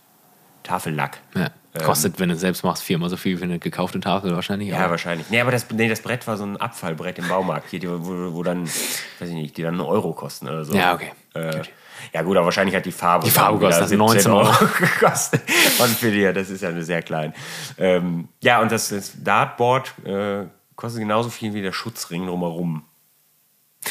A: Tafellack.
B: Ja. Kostet, wenn du es selbst machst, viermal so viel wie eine gekaufte Tafel wahrscheinlich.
A: Ähm, Ja,
B: aber-
A: wahrscheinlich. Nee, aber das, nee, das Brett war so ein Abfallbrett im Baumarkt, hier, die, wo, wo dann, weiß ich nicht, die dann einen Euro kosten oder so.
B: Ja, okay.
A: Äh, ja, gut, aber wahrscheinlich hat die Farbe. Die
B: Farbe kostet 19 Euro.
A: [LAUGHS] gekostet. Und für die, das ist ja eine sehr klein. Ähm, ja, und das, das Dartboard äh, kostet genauso viel wie der Schutzring drumherum.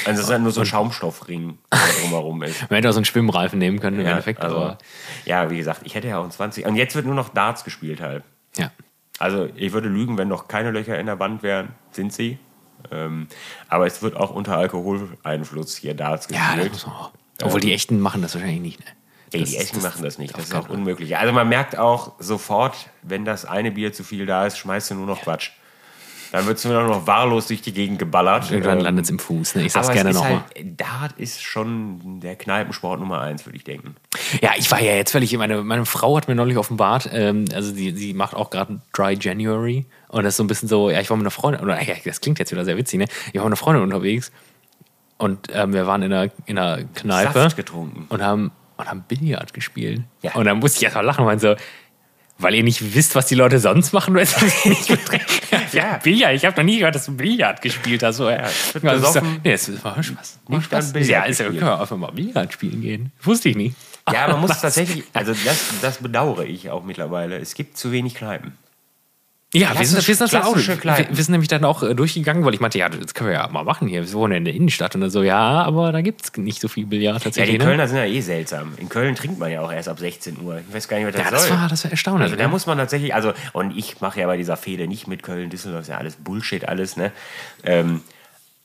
A: Also, das ist halt nur so ein Schaumstoffring, der drumherum ist.
B: Man hätte auch so einen Schwimmreifen nehmen können [LAUGHS] im
A: Ja,
B: Endeffekt.
A: also,
B: aber,
A: ja, wie gesagt, ich hätte ja auch einen 20. Und jetzt wird nur noch Darts gespielt halt.
B: ja.
A: Also ich würde lügen, wenn noch keine Löcher in der Wand wären, sind sie. Ähm, aber es wird auch unter Alkoholeinfluss hier Darts
B: ja das
A: gespielt.
B: muss man auch. Obwohl die Echten machen das wahrscheinlich nicht. Ne?
A: Ey,
B: Das-
A: Ähm, die Echten machen das nicht, das ist
B: gar
A: auch unmöglich. Also man merkt auch sofort, wenn das eine Bier zu viel da ist, schmeißt du nur noch Quatsch. Dann wird es nur noch wahllos durch die Gegend geballert.
B: Irgendwann
A: Ähm,
B: landet es im Fuß. Ne? Ich sag's
A: aber
B: gerne
A: es ist
B: nochmal.
A: halt, Dart ist schon der Kneipensport Nummer eins, würde ich denken.
B: Ja, ich war ja jetzt völlig, meine, meine Frau hat mir neulich offenbart, ähm, also die, die macht auch gerade Dry January und das ist so ein bisschen so, ja, ich war mit einer Freundin, oder ja, das klingt jetzt wieder sehr witzig, ne? Ich war mit einer Freundin unterwegs und ähm, wir waren in einer, in einer Kneipe
A: Saft getrunken.
B: und haben, und haben Billard gespielt.
A: Ja.
B: Und dann musste ich erstmal lachen, weil so, weil ihr nicht wisst, was die Leute sonst machen, wenn sie sich nicht betrinken.
A: [LAUGHS] Ja.
B: Billard, ich habe noch nie gehört, dass du Billard gespielt hast. So, ja,
A: ich bin
B: also, ich so,
A: besoffen.
B: nee, es war Spaß. War
A: Nicht
B: Spaß.
A: an Billard
B: Ja, also, können
A: gespielt.
B: wir einfach mal Billard spielen gehen. Wusste ich nicht.
A: Ja,
B: [LAUGHS]
A: man muss tatsächlich, also das, das bedauere ich auch mittlerweile. Es gibt zu wenig Kneipen.
B: Ja, wir sind,
A: Klassisch-
B: wir sind das dann auch,
A: klassische
B: wir,
A: Kleidung.
B: wir sind nämlich dann auch äh, durchgegangen, weil ich meinte, ja, das können wir ja mal machen hier. Wir wohnen ja in der Innenstadt und dann so, ja, aber da gibt es nicht so viel Billard
A: Ja,
B: tatsächlich.
A: die
B: ne?
A: Kölner sind ja eh seltsam. In Köln trinkt man ja auch erst ab 16 Uhr. Ich weiß gar nicht, was das
B: ja,
A: soll.
B: das war, das war erstaunlich. ne?
A: also da muss man tatsächlich, also, und ich mache ja bei dieser Fehde nicht mit Köln, Düsseldorf, ist ja alles Bullshit, alles, ne? Ähm,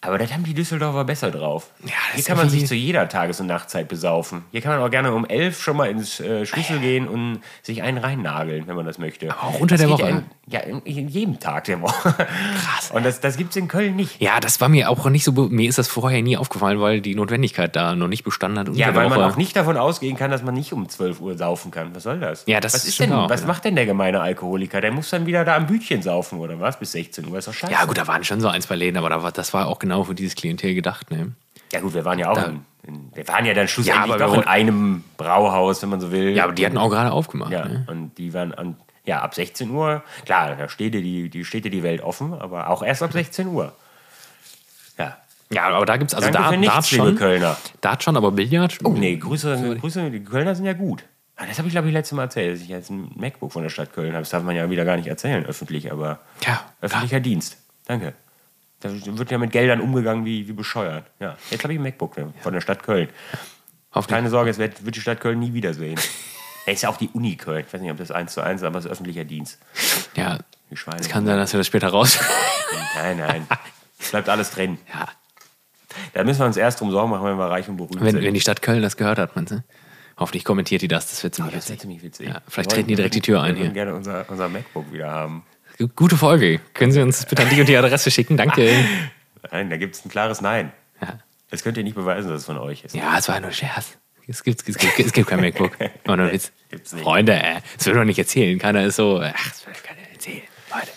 A: aber das haben die Düsseldorfer besser drauf.
B: das
A: Hier
B: ist
A: kann man
B: irgendwie-
A: sich zu jeder Tages- und Nachtzeit besaufen. Hier kann man auch gerne um elf schon mal ins
B: Ah,
A: äh, Schlüssel gehen und sich einen reinnageln, wenn man das möchte. Aber
B: auch unter
A: das
B: der
A: geht
B: Woche. ne?
A: Ja, in, ja, in, in jedem Tag der Woche. Krass. Und das, das gibt es in Köln nicht.
B: ja, das war mir auch nicht so, be- mir ist das vorher nie aufgefallen, weil die Notwendigkeit da noch nicht bestanden hat. unter
A: Ja,
B: der
A: weil man
B: Woche.
A: auch nicht davon ausgehen kann, dass man nicht um 12 Uhr saufen kann. Was soll das?
B: Ja, das
A: was
B: stimmt
A: denn,
B: auch,
A: was
B: ja.
A: macht denn der gemeine Alkoholiker? Der muss dann wieder da am Bütchen saufen oder was? Bis 16 Uhr ist doch scheiße.
B: Ja, gut, da waren schon so ein, zwei Läden, aber da war, das war auch genau für dieses Klientel gedacht. Ne?
A: Ja, gut, wir waren ja auch in, in, wir waren ja dann schlussendlich
B: Ja, aber wir
A: doch in
B: wollten-
A: einem Brauhaus, wenn man so will.
B: Ja, aber die hatten auch gerade aufgemacht.
A: ja,
B: Ne?
A: und die waren an, ja, ab 16 Uhr, klar, da steht dir die, die steht dir die Welt offen, aber auch erst ab 16 Uhr. Ja.
B: ja, aber da gibt es, also
A: Danke
B: da,
A: für
B: da
A: nichts,
B: hat's
A: liebe
B: schon,
A: Kölner.
B: da hat schon, aber Billard.
A: Oh, nee, Grüße, Grüße, die Kölner sind ja gut. Ah, Das habe ich, glaube ich, letztes Mal erzählt, dass ich jetzt ein MacBook von der Stadt Köln habe. Das darf man ja wieder gar nicht erzählen, öffentlich, aber
B: Ja,
A: öffentlicher Dienst. Danke. Da wird ja mit Geldern umgegangen wie, wie bescheuert. Ja, jetzt habe ich ein MacBook ne, von der Stadt Köln.
B: Auf
A: Keine Sorge, es wird, wird die Stadt Köln nie
B: [LAUGHS]
A: wiedersehen. Da ist ja auch die Uni Köln. Ich weiß nicht, ob das eins zu eins ist, aber es ist öffentlicher Dienst.
B: ja,
A: Die Schweine.
B: es kann sein, dass wir das später raus.
A: Nein,
B: [LAUGHS]
A: nein. Es bleibt alles drin.
B: ja.
A: Da müssen wir uns erst drum Sorgen machen, wenn wir reich und berühmt
B: Wenn,
A: sind.
B: wenn die Stadt Köln das gehört hat, meinst du? Hoffentlich kommentiert die Ah, das, das wird ziemlich
A: das ist ja
B: witzig.
A: ziemlich witzig.
B: Ja, vielleicht treten die direkt die Tür ein
A: Wir würden
B: hier.
A: gerne unser, unser MacBook wieder haben.
B: Gute Folge. Können Sie uns bitte an die und die Adresse schicken? Danke. [LAUGHS]
A: Nein, da gibt es ein klares Nein.
B: Ja,
A: Das könnt ihr nicht beweisen, dass es von euch ist.
B: ja es war nur ein Scherz. Es gibt, es gibt, es gibt kein [LAUGHS] MacBook. Und dann Witz.
A: Gibt's nicht.
B: Freunde, äh, das will doch nicht erzählen. Keiner ist so, äh, ach, das will keiner erzählen. Leute.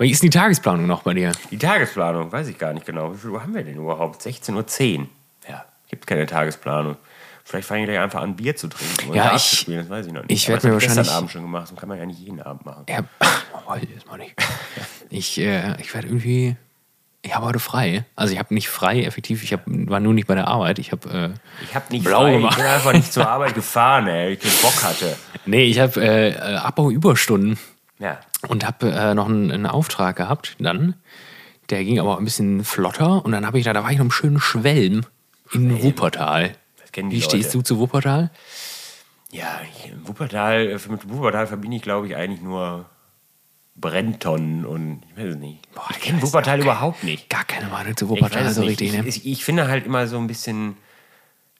B: Wie ist denn die Tagesplanung noch bei dir?
A: Die Tagesplanung, weiß ich gar nicht genau. Wie viel Uhr haben wir denn überhaupt? 16.10 Uhr. Ja, gibt keine Tagesplanung. Vielleicht fange ich gleich einfach an, Bier zu trinken oder
B: Ja,
A: Dart
B: ich-
A: zu spielen, das weiß ich noch nicht.
B: ich
A: Aber
B: werd mir
A: das hab ich
B: wahrscheinlich-
A: gestern Abend schon gemacht, das kann man ja nicht jeden Abend machen.
B: Ja, [LAUGHS] heute ist mal nicht. Ich, äh, ich werde irgendwie. Ich habe heute frei. Also ich habe nicht frei, effektiv. Ich hab, war nur nicht bei der Arbeit. Ich habe. Äh,
A: Ich habe nicht
B: Blau
A: frei,
B: gemacht.
A: ich bin einfach nicht zur Arbeit gefahren, ey, weil ich keinen Bock hatte.
B: nee, ich habe äh, äh, Abbauüberstunden
A: Ja.
B: und habe äh, noch einen, einen Auftrag gehabt dann. Der ging aber ein bisschen flotter. Und dann habe ich da, da war ich noch im schönen Schwelm in Wuppertal.
A: Das kennen die
B: Wie stehst
A: Leute.
B: du zu Wuppertal?
A: Ja, ich, Wuppertal, äh, mit Wuppertal verbinde ich, glaube ich, eigentlich nur Brenntonnen und ich weiß es nicht.
B: Boah,
A: ich
B: ich
A: kenne
B: weiß
A: Wuppertal
B: auch kein-
A: überhaupt nicht.
B: Gar keine Meinung zu
A: Ich, weiß
B: Wuppertal
A: es
B: so
A: nicht.
B: richtig.
A: ich,
B: Ne?
A: ich, ich finde halt immer so ein bisschen,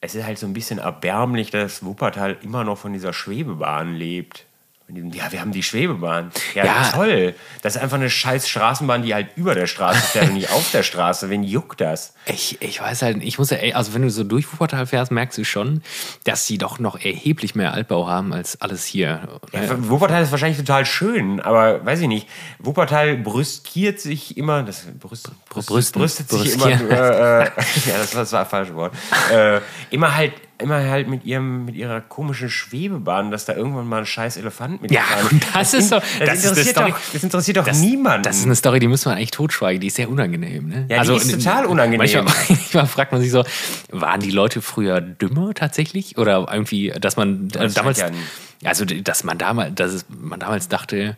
A: es ist halt so ein bisschen erbärmlich, dass Wuppertal immer noch von dieser Schwebebahn lebt. Von diesem, Ja, wir haben die Schwebebahn. Ja,
B: Ja.
A: toll. Das ist einfach eine scheiß Straßenbahn, die halt über der Straße fährt und nicht auf der Straße. Wen juckt das?
B: Ich, ich weiß halt, ich muss ja, ey, also wenn du so durch Wuppertal fährst, merkst du schon, dass sie doch noch erheblich mehr Altbau haben als alles hier.
A: Ja, Wuppertal ist wahrscheinlich total schön, aber weiß ich nicht. Wuppertal brüskiert sich immer, das brüst, brüst,
B: Brüsten.
A: brüstet sich
B: Brüskieren.
A: immer, äh,
B: [LAUGHS]
A: [LAUGHS] äh, ja, das, war- das war ein falsches Wort. Äh, immer halt, immer halt mit ihrem, mit ihrer komischen Schwebebahn, dass da irgendwann mal ein scheiß Elefant mit
B: Ja, und das ist so-
A: Das,
B: das ist eine
A: interessiert
B: Story-
A: doch, das interessiert doch niemanden.
B: Das ist eine Story, die muss man eigentlich totschweigen, die ist sehr unangenehm. Ne?
A: Ja, die ist total unangenehm.
B: [LAUGHS] Manchmal, manchmal fragt man sich so, waren die Leute früher dümmer tatsächlich? Oder irgendwie, dass man äh,
A: Das
B: damals,
A: hat ja
B: also dass man damals, dass es, man damals dachte,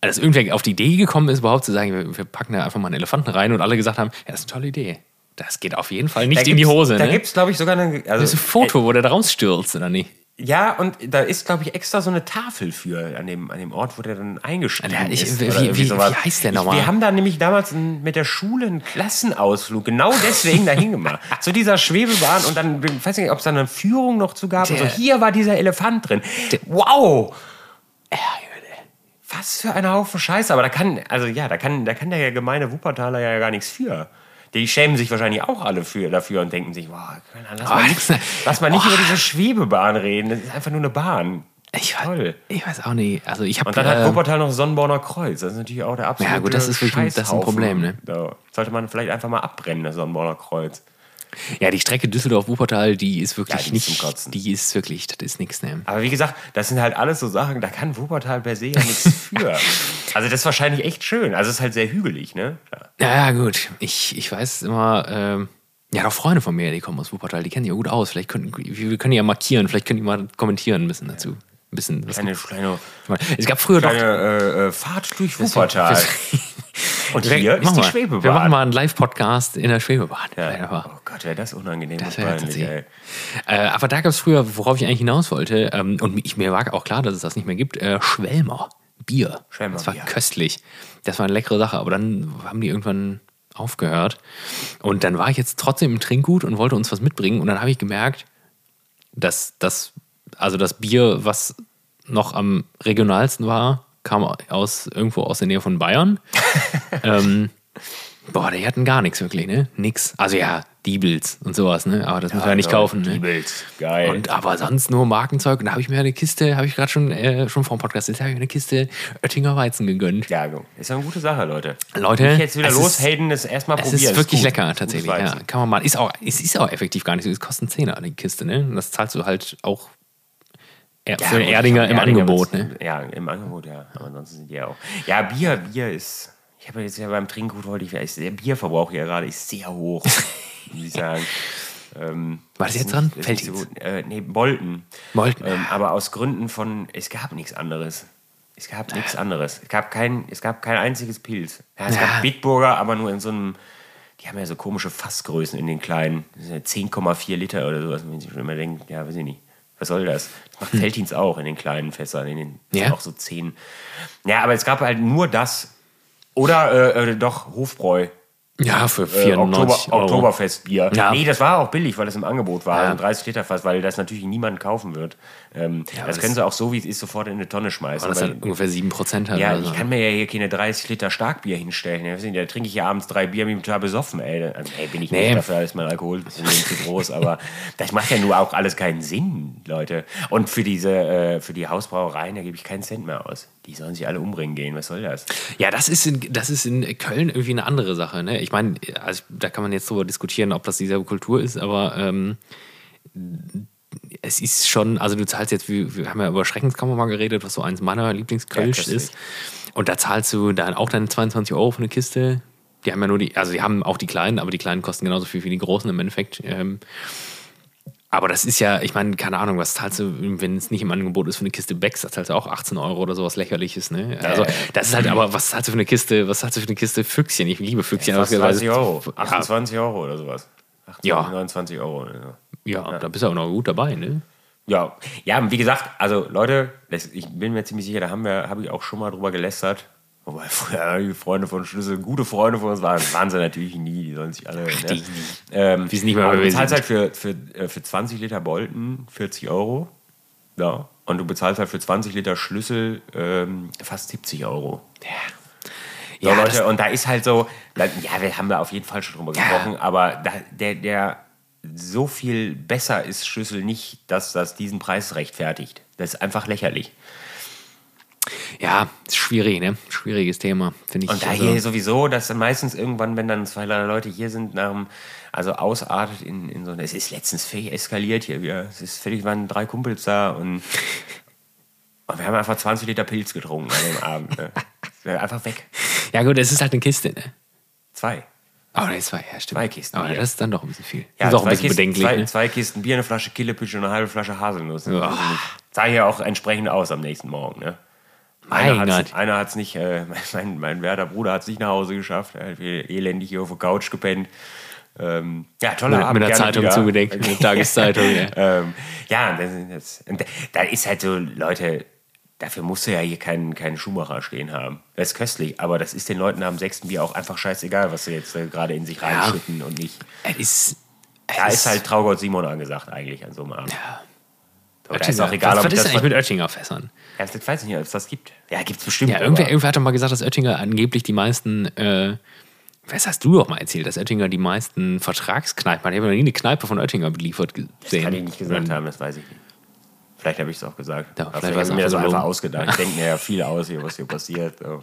B: dass irgendwer auf die Idee gekommen ist, überhaupt zu sagen, wir, wir packen da einfach mal einen Elefanten rein und alle gesagt haben, ja, das ist eine tolle Idee. Das geht auf jeden Fall nicht
A: Da
B: in die
A: gibt's-
B: Hose.
A: Da
B: ne?
A: gibt es, glaube ich, sogar eine. Also,
B: Das ist ein Foto, wo der da rausstürzt, oder nicht?
A: Ja, und da ist, glaube ich, extra so eine Tafel für an dem, an dem Ort, wo der dann eingestiegen
B: Ja, ich-
A: ist.
B: wie-
A: oder
B: wie-
A: irgendwie
B: wie-
A: sowas.
B: wie heißt der
A: Ich-
B: nochmal?
A: Wir haben da nämlich damals einen- mit der Schule einen Klassenausflug genau deswegen dahin gemacht.
B: [LAUGHS]
A: Zu dieser Schwebebahn und dann, ich weiß nicht, ob es da eine Führung noch zu gab.
B: Der-
A: und so, hier war dieser Elefant drin. wow! Was für ein Haufen Scheiße. Aber da kann, also ja, da kann, da kann der gemeine Wuppertaler ja gar nichts für. Die schämen sich wahrscheinlich auch alle für, dafür und denken sich, boah, lass mal
B: Oh,
A: nichts
B: das-
A: Lass mal nicht
B: oh.
A: über diese Schwebebahn reden. Das ist einfach nur eine Bahn.
B: Ich, wa-
A: Toll.
B: ich weiß auch nicht. Also ich habe
A: Und dann hat Wuppertal noch Sonnenborner Kreuz. Das ist natürlich auch der absolute
B: Ja, gut, das ist wirklich ein- das ist ein
A: Scheißhaufen.
B: Problem, ne?
A: Da sollte man vielleicht einfach mal abbrennen, das Sonnenborner Kreuz.
B: Ja, die Strecke Düsseldorf-Wuppertal, die
A: Ja,
B: ist wirklich
A: die ist zum Kotzen.
B: nicht. Die ist wirklich, das ist nichts, ne?
A: Aber wie gesagt, das sind halt alles so Sachen, da kann Wuppertal per se ja nichts
B: [LAUGHS]
A: für. Also das ist wahrscheinlich echt schön. Also es ist halt sehr hügelig, ne? Ja.
B: Ja, ja, gut. Ich, ich weiß immer, ähm, ja, doch Freunde von mir, die kommen aus Wuppertal, die kennen sich ja gut aus. Vielleicht können wir wir können die ja markieren, vielleicht können die mal kommentieren ein bisschen dazu. Ein bisschen. Was
A: Kleine, kleine
B: es gab früher doch.
A: eine äh, äh, Fahrt durch Wuppertal. [LAUGHS] Und
B: Wir-
A: hier ist
B: machen
A: die
B: wir.
A: Schwebebahn.
B: Wir machen mal einen Live-Podcast in der Schwebebahn. Vielleicht
A: ja.
B: einfach.
A: Oh Gott, wäre das unangenehm
B: Das
A: und
B: wäre
A: peinlich,
B: tatsächlich.
A: ey.
B: Äh, aber da gab es früher, worauf ich eigentlich hinaus wollte, ähm, und mi- ich, mir war auch klar, dass es das nicht mehr gibt, äh, Schwelmer Bier.
A: Schwelmer
B: das war
A: Bier.
B: köstlich. Das war eine leckere Sache, aber dann haben die irgendwann aufgehört. Und dann war ich jetzt trotzdem im Trinkgut und wollte uns was mitbringen. Und dann habe ich gemerkt, dass das, also das Bier, was noch am regionalsten war, kam aus irgendwo aus der Nähe
A: [LAUGHS]
B: von Bayern. ähm, boah, die hatten gar nichts wirklich, ne? Nix. Also ja, Diebels und sowas, ne? Aber das muss man ja nicht
A: Also,
B: kaufen, ne?
A: Diebels. Geil.
B: Und aber sonst nur Markenzeug. Und da habe ich mir eine Kiste, habe ich gerade schon, äh, schon vor dem Podcast, jetzt habe ich mir eine Kiste Oettinger Weizen gegönnt.
A: ja, gut. ist ja eine gute Sache, Leute.
B: Leute,
A: Nicht jetzt wieder
B: es
A: los,
B: ist-
A: Hayden, das erstmal
B: Es
A: probieren.
B: ist wirklich
A: gut.
B: lecker
A: Gutes
B: tatsächlich. Ja,
A: Weizen.
B: kann man mal. Ist auch, es ist auch effektiv gar nicht so. Es kostet einen Zehner die Kiste, ne? Und das zahlst du halt auch er,
A: Ja,
B: für den
A: gut,
B: Erdinger
A: von
B: im
A: Erdinger
B: Angebot,
A: wird's-
B: ne?
A: Ja, im Angebot, ja. Aber ansonsten sind die ja auch. Ja, Bier, Bier ist. Ich habe jetzt ja beim Trinkgut heute, ich weiß, der Bierverbrauch hier gerade ist sehr
B: [LAUGHS]
A: hoch, muss ich sagen. Ähm,
B: War das
A: ist
B: jetzt dran?
A: nicht- ist nicht so
B: Felddienst?
A: gut. Äh, nee, Bolten.
B: Bolten.
A: Ähm, aber aus Gründen von, es gab nichts anderes. Es gab nichts anderes. Es gab kein, es gab kein einziges Pilz. Ja, es
B: Ja.
A: gab Bitburger, aber nur in so einem, die haben ja so komische Fassgrößen in den kleinen. Das sind ja 10,4 Liter oder sowas, wenn man sich schon immer denkt, ja, weiß ich nicht. Was soll das? Das macht Felddienst auch in den kleinen Fässern, in den das
B: Hm. Ja.
A: sind auch so 10. Ja, aber es gab halt nur das. Oder äh, äh, doch Hofbräu.
B: Ja, für
A: Äh,
B: 94
A: Oktober,
B: Euro.
A: Oktoberfestbier.
B: Ja.
A: Nee, das war auch billig, weil das im Angebot war.
B: Ja.
A: Also 30 Liter fast, weil das natürlich niemand kaufen wird. Ähm,
B: aber
A: das
B: das-
A: können sie auch so, wie es ist, sofort in eine Tonne schmeißen.
B: Und das
A: weil-
B: hat ungefähr 7% hat.
A: ja,
B: oder so.
A: ich kann mir ja hier keine 30 Liter Starkbier hinstellen. Ja, weiß nicht, Da trinke ich ja abends drei Bier mit dem Tag besoffen. Ey, Da- also, ey bin ich
B: Nee.
A: nicht dafür, ist mein Alkoholproblem zu groß.
B: [LAUGHS]
A: Aber das macht ja nur auch alles keinen Sinn, Leute. Und für diese, äh, für die Hausbrauereien, da gebe ich keinen Cent mehr aus. Die sollen sich alle umbringen gehen. Was soll das?
B: Ja, das ist in, das ist in Köln irgendwie eine andere Sache. Ne? Ich meine, also, da kann man jetzt drüber diskutieren, ob das dieselbe Kultur ist, aber ähm, es ist schon, also du zahlst jetzt, wir, wir haben ja über Schreckenskammer mal geredet, was so eins meiner Lieblingskölsch
A: Ja,
B: ist. Und da zahlst du dann auch deine 22 Euro für eine Kiste. Die haben ja nur die, also die haben auch die kleinen, aber die kleinen kosten genauso viel wie die großen im Endeffekt. Ähm, aber das ist ja, ich meine, keine Ahnung, was zahlst du, wenn es nicht im Angebot ist für eine Kiste Becks, das zahlst du auch 18 Euro oder sowas lächerliches, ne? Also,
A: ja, ja.
B: das ist halt, aber was zahlst du für eine Kiste, was zahlst du für eine Kiste Füchschen? Ich liebe Füchschen. aber
A: Fast
B: das-
A: 30 Euro.
B: Ja,
A: 28 Euro oder sowas. 28,
B: Ja.
A: 29 Euro. Oder so.
B: ja, da bist du auch noch gut dabei, ne?
A: Ja, ja, wie gesagt, also Leute, das, ich bin mir ziemlich sicher, da haben wir, habe ich auch schon mal drüber gelästert. Wobei früher [LAUGHS] die Freunde von Schlüssel, gute Freunde von uns waren, waren sie natürlich nie, die sollen sich alle.
B: die
A: ne?
B: nie.
A: ähm,
B: Wir sind nicht mal,
A: aber
B: wer
A: du
B: wir
A: bezahlst halt für, für, äh, für 20 Liter Bolten 40 Euro. Ja. Und du bezahlst halt für 20 Liter Schlüssel ähm, fast 70 Euro. So,
B: Ja, das-
A: Leute, und da ist halt so, da, ja, wir haben da auf jeden Fall schon drüber gesprochen, aber da, der, der so viel besser ist Schlüssel nicht, dass das diesen Preis rechtfertigt. Das ist einfach lächerlich.
B: Ja, ist schwierig, ne? Schwieriges Thema, finde ich.
A: Und da
B: also,
A: hier sowieso, dass dann meistens irgendwann, wenn dann zwei Leute hier sind, nach dem, also ausartet in, in so eine, es ist letztens völlig eskaliert hier wieder. Es ist völlig, waren drei Kumpels da
B: [LAUGHS]
A: und, und wir haben einfach 20 Liter Pilz getrunken an dem Abend. Ne? Wir
B: [LAUGHS]
A: waren Einfach weg.
B: ja, gut, es ist halt eine Kiste, ne?
A: Zwei.
B: Oh, nee, zwei, ja, stimmt.
A: Zwei Kisten,
B: Aber
A: ja.
B: das ist dann doch ein bisschen viel.
A: Ja,
B: ist auch
A: zwei
B: ein bisschen
A: Kisten,
B: bedenklich.
A: Zwei,
B: ne?
A: zwei Kisten Bier, eine Flasche Killepitsch und eine halbe Flasche Haselnuss.
B: Ja.
A: Sah hier auch entsprechend aus am nächsten Morgen. Ne?
B: Mein
A: einer hat's-
B: Gott.
A: Einer hat es nicht, äh, [LAUGHS] mein, mein werter Bruder hat es nicht nach Hause geschafft. Er hat hier elendig hier auf der Couch gepennt. Ähm, ja, toller
B: Mit,
A: Abend.
B: mit der
A: gerne
B: Zeitung
A: wieder.
B: zugedeckt, [LAUGHS] mit
A: [LAUGHS]
B: der Tageszeitung. ja.
A: ähm, ja, das, das, und da ist halt so, Leute, dafür musst du ja hier keinen, keinen Schuhmacher stehen haben. Das ist köstlich, aber das ist den Leuten am sechsten Bier auch einfach scheißegal, was sie jetzt äh, gerade in sich reinschütten und nicht.
B: ne? Es ist, es
A: Da ist halt Traugott Simon angesagt eigentlich an so einem Abend.
B: Ja.
A: Aber da ist auch
B: Oettinger.
A: egal,
B: was,
A: ob
B: was ist
A: das...
B: eigentlich
A: Von,
B: mit Oettinger Fässern?
A: ja, das weiß ich nicht, ob es das gibt. Ja, gibt es bestimmt.
B: Ja, irgendwer,
A: aber-
B: irgendwer hat doch mal gesagt, dass Oettinger angeblich die meisten, äh, was hast du doch mal erzählt, dass Oettinger die meisten Vertragskneipen hat. Ich habe noch nie eine Kneipe von Oettinger geliefert gesehen.
A: das kann ich nicht gesagt haben, das weiß ich nicht. Vielleicht habe ich es auch gesagt.
B: Mhm. Ja,
A: Aber
B: vielleicht
A: vielleicht
B: war's
A: habe ich mir das
B: einfach
A: einfach
B: gelogen. [LAUGHS]
A: ausgedacht. Ich denke mir ja viel aus, hier, was hier passiert. So.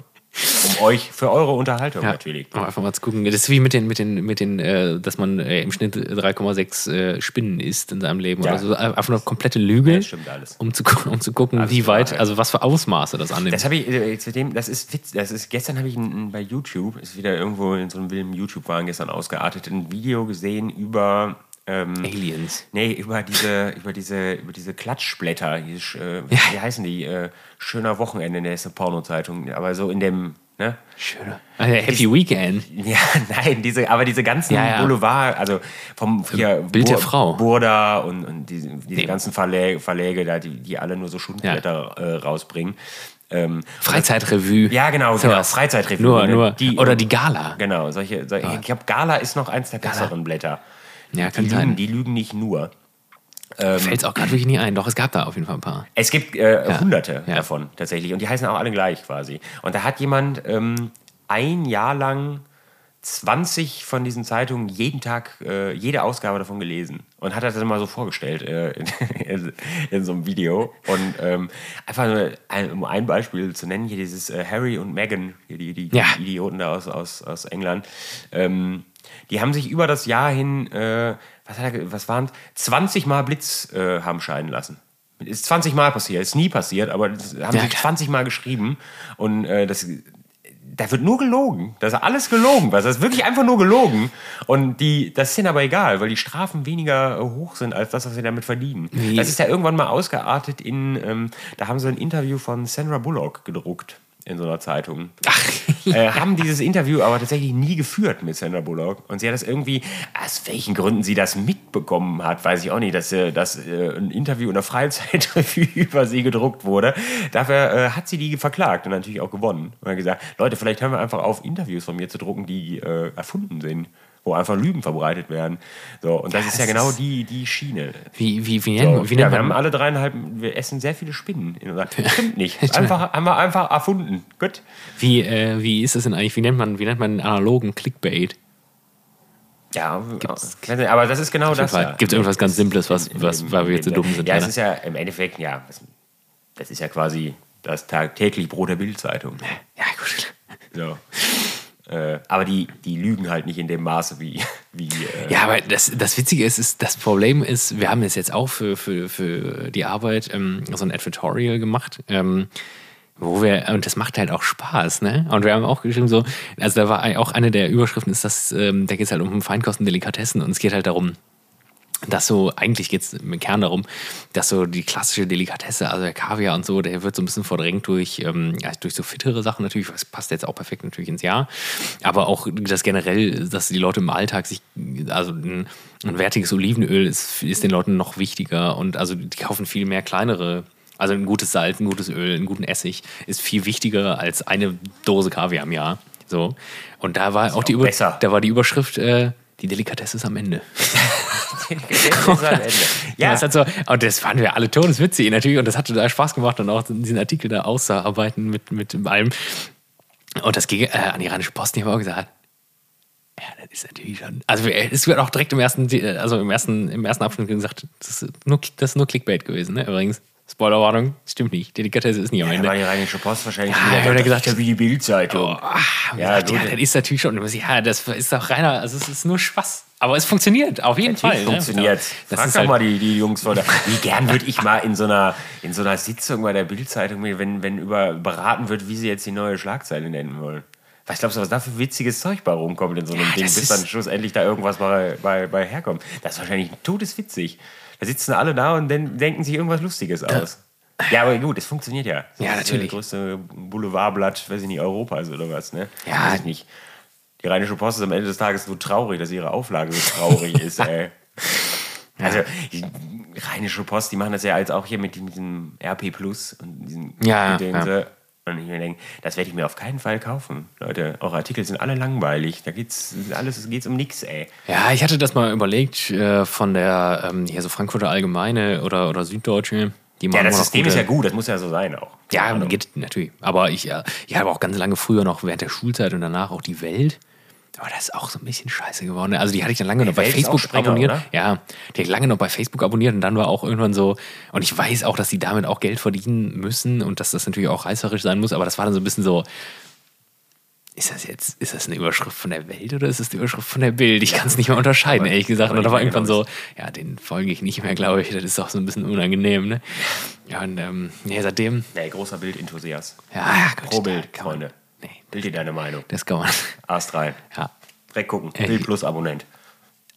A: Um euch, für eure Unterhaltung
B: Ja,
A: natürlich.
B: Um einfach mal zu gucken. Das ist wie mit den, mit den, mit den äh, dass man äh, im Schnitt 3,6 äh, Spinnen isst in seinem Leben.
A: Ja.
B: Oder so. Äh, Einfach eine komplette Lüge,
A: Ja, stimmt alles.
B: Um, zu, gu- um zu gucken,
A: Alles
B: wie
A: klar,
B: weit,
A: ja.
B: also was für Ausmaße das annimmt.
A: Das habe ich äh, zu dem, das ist witz, das ist gestern habe ich ein, ein, bei YouTube, ist wieder irgendwo in so einem wilden YouTube-Waren gestern ausgeartet, ein Video gesehen über ähm,
B: Aliens.
A: Nee, über diese, über diese, über diese Klatschblätter, diese, Sch- äh, wie heißen die? Äh, schöner Wochenende, ne, ist eine Pornozeitung, aber so in dem, ne? [LAUGHS]
B: Schöner. Also, Happy Weekend.
A: Ja, nein, diese, aber diese ganzen
B: Ja, ja.
A: Boulevard, also vom hier,
B: Bild der Frau.
A: Burda und, und diese, diese ganzen Verläge, Verläge da, die, die alle nur so Schundblätter äh, rausbringen. Ähm,
B: Freizeitrevue.
A: ja, genau, genau
B: Sowas.
A: Freizeitrevue.
B: Nur,
A: ne?
B: nur. oder die Gala.
A: Genau, solche, solche ich glaube, Gala ist noch eins der besseren Blätter.
B: Ja,
A: Die
B: kann
A: lügen,
B: sein.
A: die lügen nicht nur. Ähm,
B: Fällt es auch gerade wirklich nie ein. Doch, es gab da auf jeden Fall ein paar.
A: Es gibt äh, hunderte
B: Ja.
A: davon tatsächlich und die heißen auch alle gleich quasi. Und da hat jemand ähm, ein Jahr lang 20 von diesen Zeitungen jeden Tag, äh, jede Ausgabe davon gelesen und hat das dann mal so vorgestellt äh, [LAUGHS] in, in, in so einem Video. Und ähm, einfach nur ein, um ein Beispiel zu nennen, hier dieses äh, Harry und Meghan, hier die, die
B: Ja.
A: Idioten da aus, aus, aus England, ähm, die haben sich über das Jahr hin, äh, was, hat er, ge- was waren 20 Mal Blitz äh, haben scheinen lassen. Ist 20 Mal passiert, ist nie passiert, aber das haben
B: Ja,
A: sie
B: klar.
A: 20 Mal geschrieben und äh, das da wird nur gelogen. Das ist alles gelogen. Was? Das ist wirklich einfach nur gelogen. Und die, das ist ihnen aber egal, weil die Strafen weniger äh, hoch sind als das, was sie damit verdienen. Das ist ja irgendwann mal ausgeartet in, ähm, da haben sie ein Interview von Sandra Bullock gedruckt in so einer Zeitung. Ach. Äh, haben dieses Interview aber tatsächlich nie geführt mit Sandra Bullock. Und sie hat das irgendwie, aus welchen Gründen sie das mitbekommen hat, weiß ich auch nicht, dass, äh, dass äh, ein Interview in der [LAUGHS] Freizeitrevue über sie gedruckt wurde. Dafür äh, hat sie die verklagt und natürlich auch gewonnen. Und hat gesagt, Leute, vielleicht hören wir einfach auf, Interviews von mir zu drucken, die äh, erfunden sind, wo einfach Lügen verbreitet werden. So, und das ist ja
B: das
A: genau
B: ist-
A: die, die Schiene.
B: [LAUGHS] Wie, wie, wie,
A: So,
B: nennt, wie
A: ja,
B: nennt
A: wir haben
B: man
A: alle dreieinhalb, wir essen sehr viele Spinnen. in
B: [LAUGHS]
A: unserer- Stimmt nicht. Einfach, haben wir einfach erfunden. Gut.
B: wie, äh, wie ist das denn eigentlich? Wie nennt man, wie nennt man einen analogen Clickbait?
A: Ja, weiß nicht, aber das ist genau das. Ja.
B: Gibt es irgendwas ganz Simples, was,
A: In
B: was,
A: dem-
B: weil
A: in
B: wir
A: dem-
B: jetzt so dumm sind? ne?
A: Ja, es
B: oder?
A: ist ja im Endeffekt, ja, das- das ist ja quasi das tagtäglich Brot der Bildzeitung.
B: ja gut.
A: So. Äh, aber die, die lügen halt nicht in dem Maße wie. [LAUGHS] wie äh,
B: Ja, aber das, das Witzige ist, ist, das Problem ist, wir haben das jetzt auch für, für, für die Arbeit ähm, so ein Advertorial gemacht. Ähm, wo wir, und das macht halt auch Spaß, ne? Und wir haben auch geschrieben, so, also da war auch eine der Überschriften, ist das, ähm, da geht es halt um Feinkosten, Delikatessen und es geht halt darum, dass so, eigentlich geht es im Kern darum, dass so die klassische Delikatesse, also der Kaviar und so, der wird so ein bisschen verdrängt durch, ähm, ja, durch so fittere Sachen natürlich, das passt jetzt auch perfekt natürlich ins Jahr, aber auch das generell, dass die Leute im Alltag sich, also ein, ein wertiges Olivenöl ist, ist den Leuten noch wichtiger und also die kaufen viel mehr kleinere, also ein gutes Salz, ein gutes Öl, einen guten Essig ist viel wichtiger als eine Dose Kaviar im Jahr, so. Und da war auch, die,
A: auch
B: Über
A: besser.
B: da war die Überschrift, äh, die Delikatesse ist am Ende.
A: [LAUGHS]
B: Ja,
A: halt ja,
B: das hat so, und das fanden wir alle todeswitzig natürlich und das hat total Spaß gemacht und auch diesen Artikel da auszuarbeiten mit, mit allem. Und das ging äh, an die iranische Post, die haben auch gesagt, ja, das ist natürlich schon. Also äh, es wird auch direkt im ersten, also im ersten, im ersten Abschnitt gesagt, das ist nur, das ist nur Clickbait gewesen, ne? Übrigens. Spoilerwarnung, stimmt nicht. Delikatesse ist nicht am
A: ja,
B: Ende.
A: war die Rheinische Post wahrscheinlich.
B: Ja, ich hab ja gesagt,
A: wie die Bildzeitung.
B: Ah,
A: Ja,
B: ja,
A: gut.
B: das ist natürlich schon. Ja, das ist doch reiner, also es ist nur Spaß. Aber es funktioniert, auf jeden Fall.
A: Natürlich
B: ne?
A: funktioniert.
B: Das
A: Frag
B: ist
A: doch
B: halt-
A: mal die, die Jungs von der. Wie gern würde ich mal in so einer, in so einer Sitzung bei der Bildzeitung, wenn, wenn über beraten wird, wie sie jetzt die neue Schlagzeile nennen wollen. Weil ich glaube, was da für witziges Zeug bei rumkommt in so einem
B: Ja,
A: Ding,
B: das
A: bis
B: ist-
A: dann schlussendlich da irgendwas bei, bei, bei herkommt. Das ist wahrscheinlich todeswitzig. Da sitzen alle da und den, denken sich irgendwas Lustiges aus. Ja, aber gut, es funktioniert ja. Das
B: Ja,
A: ist Das
B: natürlich.
A: größte Boulevardblatt, weiß ich nicht, Europas oder was, ne?
B: Ja.
A: Weiß ich nicht. Die Rheinische Post ist am Ende des Tages nur traurig, dass ihre Auflage so
B: [LAUGHS]
A: traurig ist, ey. Also, die Rheinische Post, die machen das ja jetzt auch hier mit diesem- diesem RP Plus und diesen
B: Ja,
A: mit denen
B: ja.
A: sie- Und ich mir denke, das werde ich mir auf keinen Fall kaufen. Leute, eure Artikel sind alle langweilig. Da geht's alles geht's um nichts, ey.
B: Ja, ich hatte das mal überlegt äh, von der ähm, hier so Frankfurter Allgemeine oder, oder Süddeutsche. Die
A: Ja, das
B: machen immer noch
A: System
B: gute-
A: ist ja gut, das muss ja so sein auch.
B: Ja, geht natürlich. Aber ich, äh, ich habe auch ganz lange früher noch während der Schulzeit und danach auch die Welt. Aber das ist auch so ein bisschen scheiße geworden. Also die hatte ich dann lange noch bei
A: Welt ist auch
B: Facebook
A: strenger,
B: abonniert.
A: oder?
B: Ja, die hatte ich lange noch bei Facebook abonniert und dann war auch irgendwann so, und ich weiß auch, dass die damit auch Geld verdienen müssen und dass das natürlich auch reißerisch sein muss, aber das war dann so ein bisschen so, ist das jetzt, ist das eine Überschrift von der Welt oder ist es die Überschrift von der Bild? Ich kann es nicht mehr unterscheiden,
A: Aber-
B: ehrlich gesagt.
A: aber
B: Und da
A: nicht
B: war
A: mehr
B: irgendwann
A: genau
B: so, ja, den folge ich nicht mehr, glaube ich. Das ist auch so ein bisschen unangenehm, ne? Ja, und ähm, nee, seitdem,
A: Nee, großer Bildenthusiast.
B: ja, gut,
A: Pro
B: da
A: Bild,
B: kann man-
A: Freunde.
B: Nee,
A: Bild dir deine Meinung.
B: das kann man. [LAUGHS]
A: Ast rein.
B: Ja,
A: Direkt gucken.
B: Ey.
A: Bild plus Abonnent.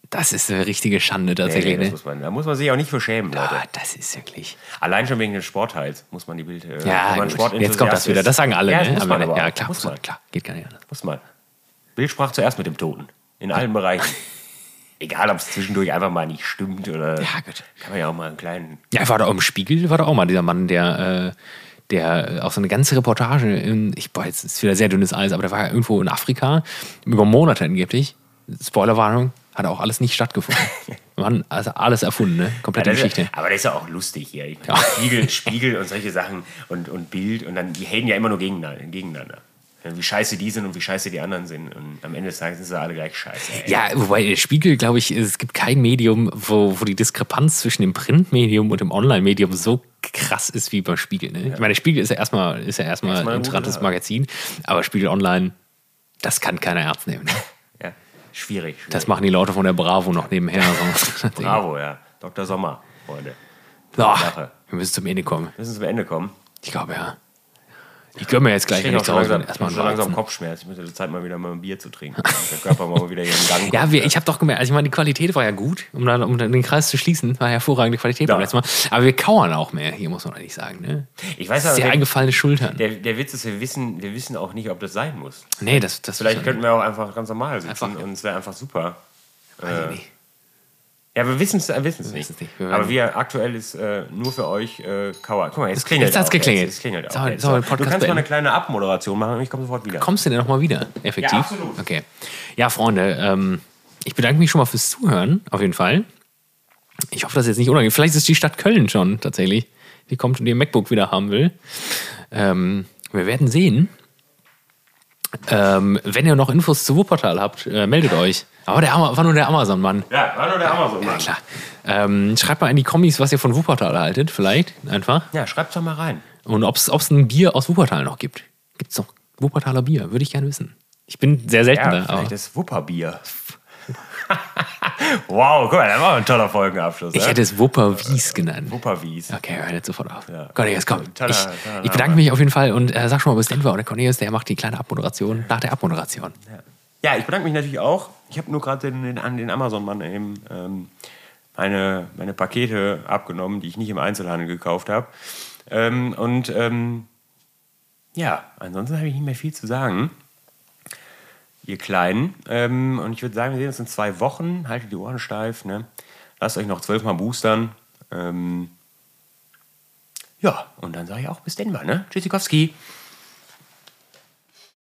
B: das ist eine richtige Schande
A: Nee,
B: tatsächlich.
A: nee, das
B: ne?
A: muss man, da muss man sich auch nicht für schämen, Leute.
B: Ah, das ist wirklich.
A: Allein schon wegen des Sportteils muss man die Bild. Äh,
B: Ja,
A: wenn man
B: gut.
A: Sportenthusiast
B: jetzt kommt das wieder.
A: ist.
B: Das sagen alle,
A: ja, das
B: ne?
A: Muss man aber,
B: ja,
A: auch.
B: klar,
A: Muss man.
B: klar, geht gar nicht anders.
A: Muss man. Bild sprach zuerst mit dem Toten. In allen
B: [LAUGHS]
A: Bereichen. Egal, ob es zwischendurch einfach mal nicht stimmt oder.
B: Ja, gut.
A: Kann man ja auch mal einen kleinen.
B: Ja, war da auch im Spiegel, war da auch mal dieser Mann, der, äh, der äh, auch so eine ganze Reportage in, ich boah, jetzt ist wieder sehr dünnes Eis, aber der war irgendwo in Afrika, über Monate angeblich. Spoilerwarnung, hat auch alles
A: [LAUGHS]
B: nicht stattgefunden. Mann, also alles erfunden, ne? Komplette
A: Ja, das ist-
B: Geschichte.
A: aber das ist ja auch lustig hier. Ich meine,
B: [LAUGHS]
A: Spiegel, Spiegel und solche Sachen und, und Bild und dann, die haten ja immer nur gegeneinander. gegeneinander. Ja, Wie scheiße die sind und wie scheiße die anderen sind. Und am Ende des Tages sind sie alle gleich scheiße. ey.
B: Ja, wobei der Spiegel, glaube ich, es gibt kein Medium, wo, wo die Diskrepanz zwischen dem Printmedium und dem Online-Medium so krass ist wie beim Spiegel. Ne? Ich meine, der Spiegel ist ja erstmal, ist ja erstmal
A: Erstmal
B: ein
A: gut,
B: interessantes
A: ja.
B: Magazin, aber Spiegel Online, das kann keiner ernst nehmen. Ne?
A: Ja. Schwierig. schwierig.
B: Das machen die Leute von der Bravo
A: [LAUGHS]
B: noch nebenher. So.
A: Bravo, ja. Dr. Sommer, Freunde.
B: So,
A: Sache.
B: wir müssen zum Ende kommen.
A: Müssen zum Ende kommen.
B: Ich glaube, ja. Ich gönne mir jetzt gleich,
A: Ich
B: wenn
A: kriege
B: ich
A: auch
B: zu
A: schon
B: Hause
A: langsam,
B: bin, erstmal
A: schon
B: einen
A: langsam
B: Weizen.
A: Kopfschmerzen. Ich müsste die Zeit mal wieder mal ein Bier zu trinken. Der Körper mal wieder hier in Gang. kommt.
B: [LAUGHS] Ja, wir, ich habe doch gemerkt, also ich meine, die Qualität war ja gut, um, dann, um dann den Kreis zu schließen, war hervorragende Qualität beim
A: Ja.
B: letzten Mal. Aber wir kauern auch mehr, hier muss man eigentlich sagen. Ne?
A: Ich weiß aber,
B: Sehr
A: der,
B: eingefallene Schultern.
A: der, der Witz ist, wir wissen, wir wissen auch nicht, ob das sein muss.
B: nee, das, das
A: Vielleicht könnten wir auch einfach ganz normal sitzen
B: Einfach, ja.
A: und es wäre einfach super.
B: weiß ich nicht.
A: Ja, wir wissen es wissen's nicht.
B: wissen's nicht. Wir
A: aber
B: werden-
A: wir aktuell ist äh, nur für euch äh, Kauer. Guck mal, jetzt klingelt
B: jetzt hat's
A: auch,
B: geklingelt.
A: Jetzt, jetzt klingelt auch.
B: Sollen wir-
A: jetzt.
B: sollen wir den
A: du
B: Podcast
A: kannst mal
B: beenden?
A: eine kleine Abmoderation machen und ich komme sofort wieder.
B: Kommst du denn nochmal wieder? Effektiv?
A: Ja, absolut.
B: Okay. Ja, Freunde, ähm, ich bedanke mich schon mal fürs Zuhören, auf jeden Fall. Ich hoffe, das ist jetzt nicht unangenehm. Vielleicht ist die Stadt Köln schon tatsächlich. Die kommt und ihr MacBook wieder haben will. Ähm, wir werden sehen. Ähm, wenn ihr noch Infos zu Wuppertal habt, äh, meldet euch. Aber der Ama- war nur der Amazon-Mann.
A: Ja, war nur der Amazon.
B: Ja,
A: Mann.
B: klar. Ähm, schreibt mal in die Kommis, was ihr von Wuppertal haltet, vielleicht einfach.
A: ja, schreibt's doch mal rein.
B: Und ob es ein Bier aus Wuppertal noch gibt. Gibt es noch Wuppertaler Bier? Würde ich gerne wissen. Ich bin sehr selten
A: Ja,
B: da.
A: vielleicht
B: Aber
A: das Wupperbier. [LAUGHS] wow, guck mal, das war ein toller Folgenabschluss.
B: ich
A: ne?
B: hätte es Wupperwies genannt.
A: Wupperwies.
B: Okay, hör jetzt sofort auf.
A: Ja.
B: Cornelius, komm.
A: Toller-
B: ich,
A: toller
B: ich
A: Name.
B: bedanke mich auf jeden Fall und äh, sag schon mal bis Denver. Und der Cornelius, der macht die kleine Abmoderation nach der Abmoderation.
A: Ja, ich bedanke mich natürlich auch. Ich habe nur gerade den, den, an den Amazon-Mann eben ähm, meine, meine Pakete abgenommen, die ich nicht im Einzelhandel gekauft habe. Ähm, und ähm, ja, ansonsten habe ich nicht mehr viel zu sagen. Ihr Kleinen. Ähm, und ich würde sagen, wir sehen uns in zwei Wochen. Haltet die Ohren steif. Ne? Lasst euch noch zwölfmal boostern. Ähm, ja, und dann sage ich auch bis Denver. Ne? Tschüssikowski.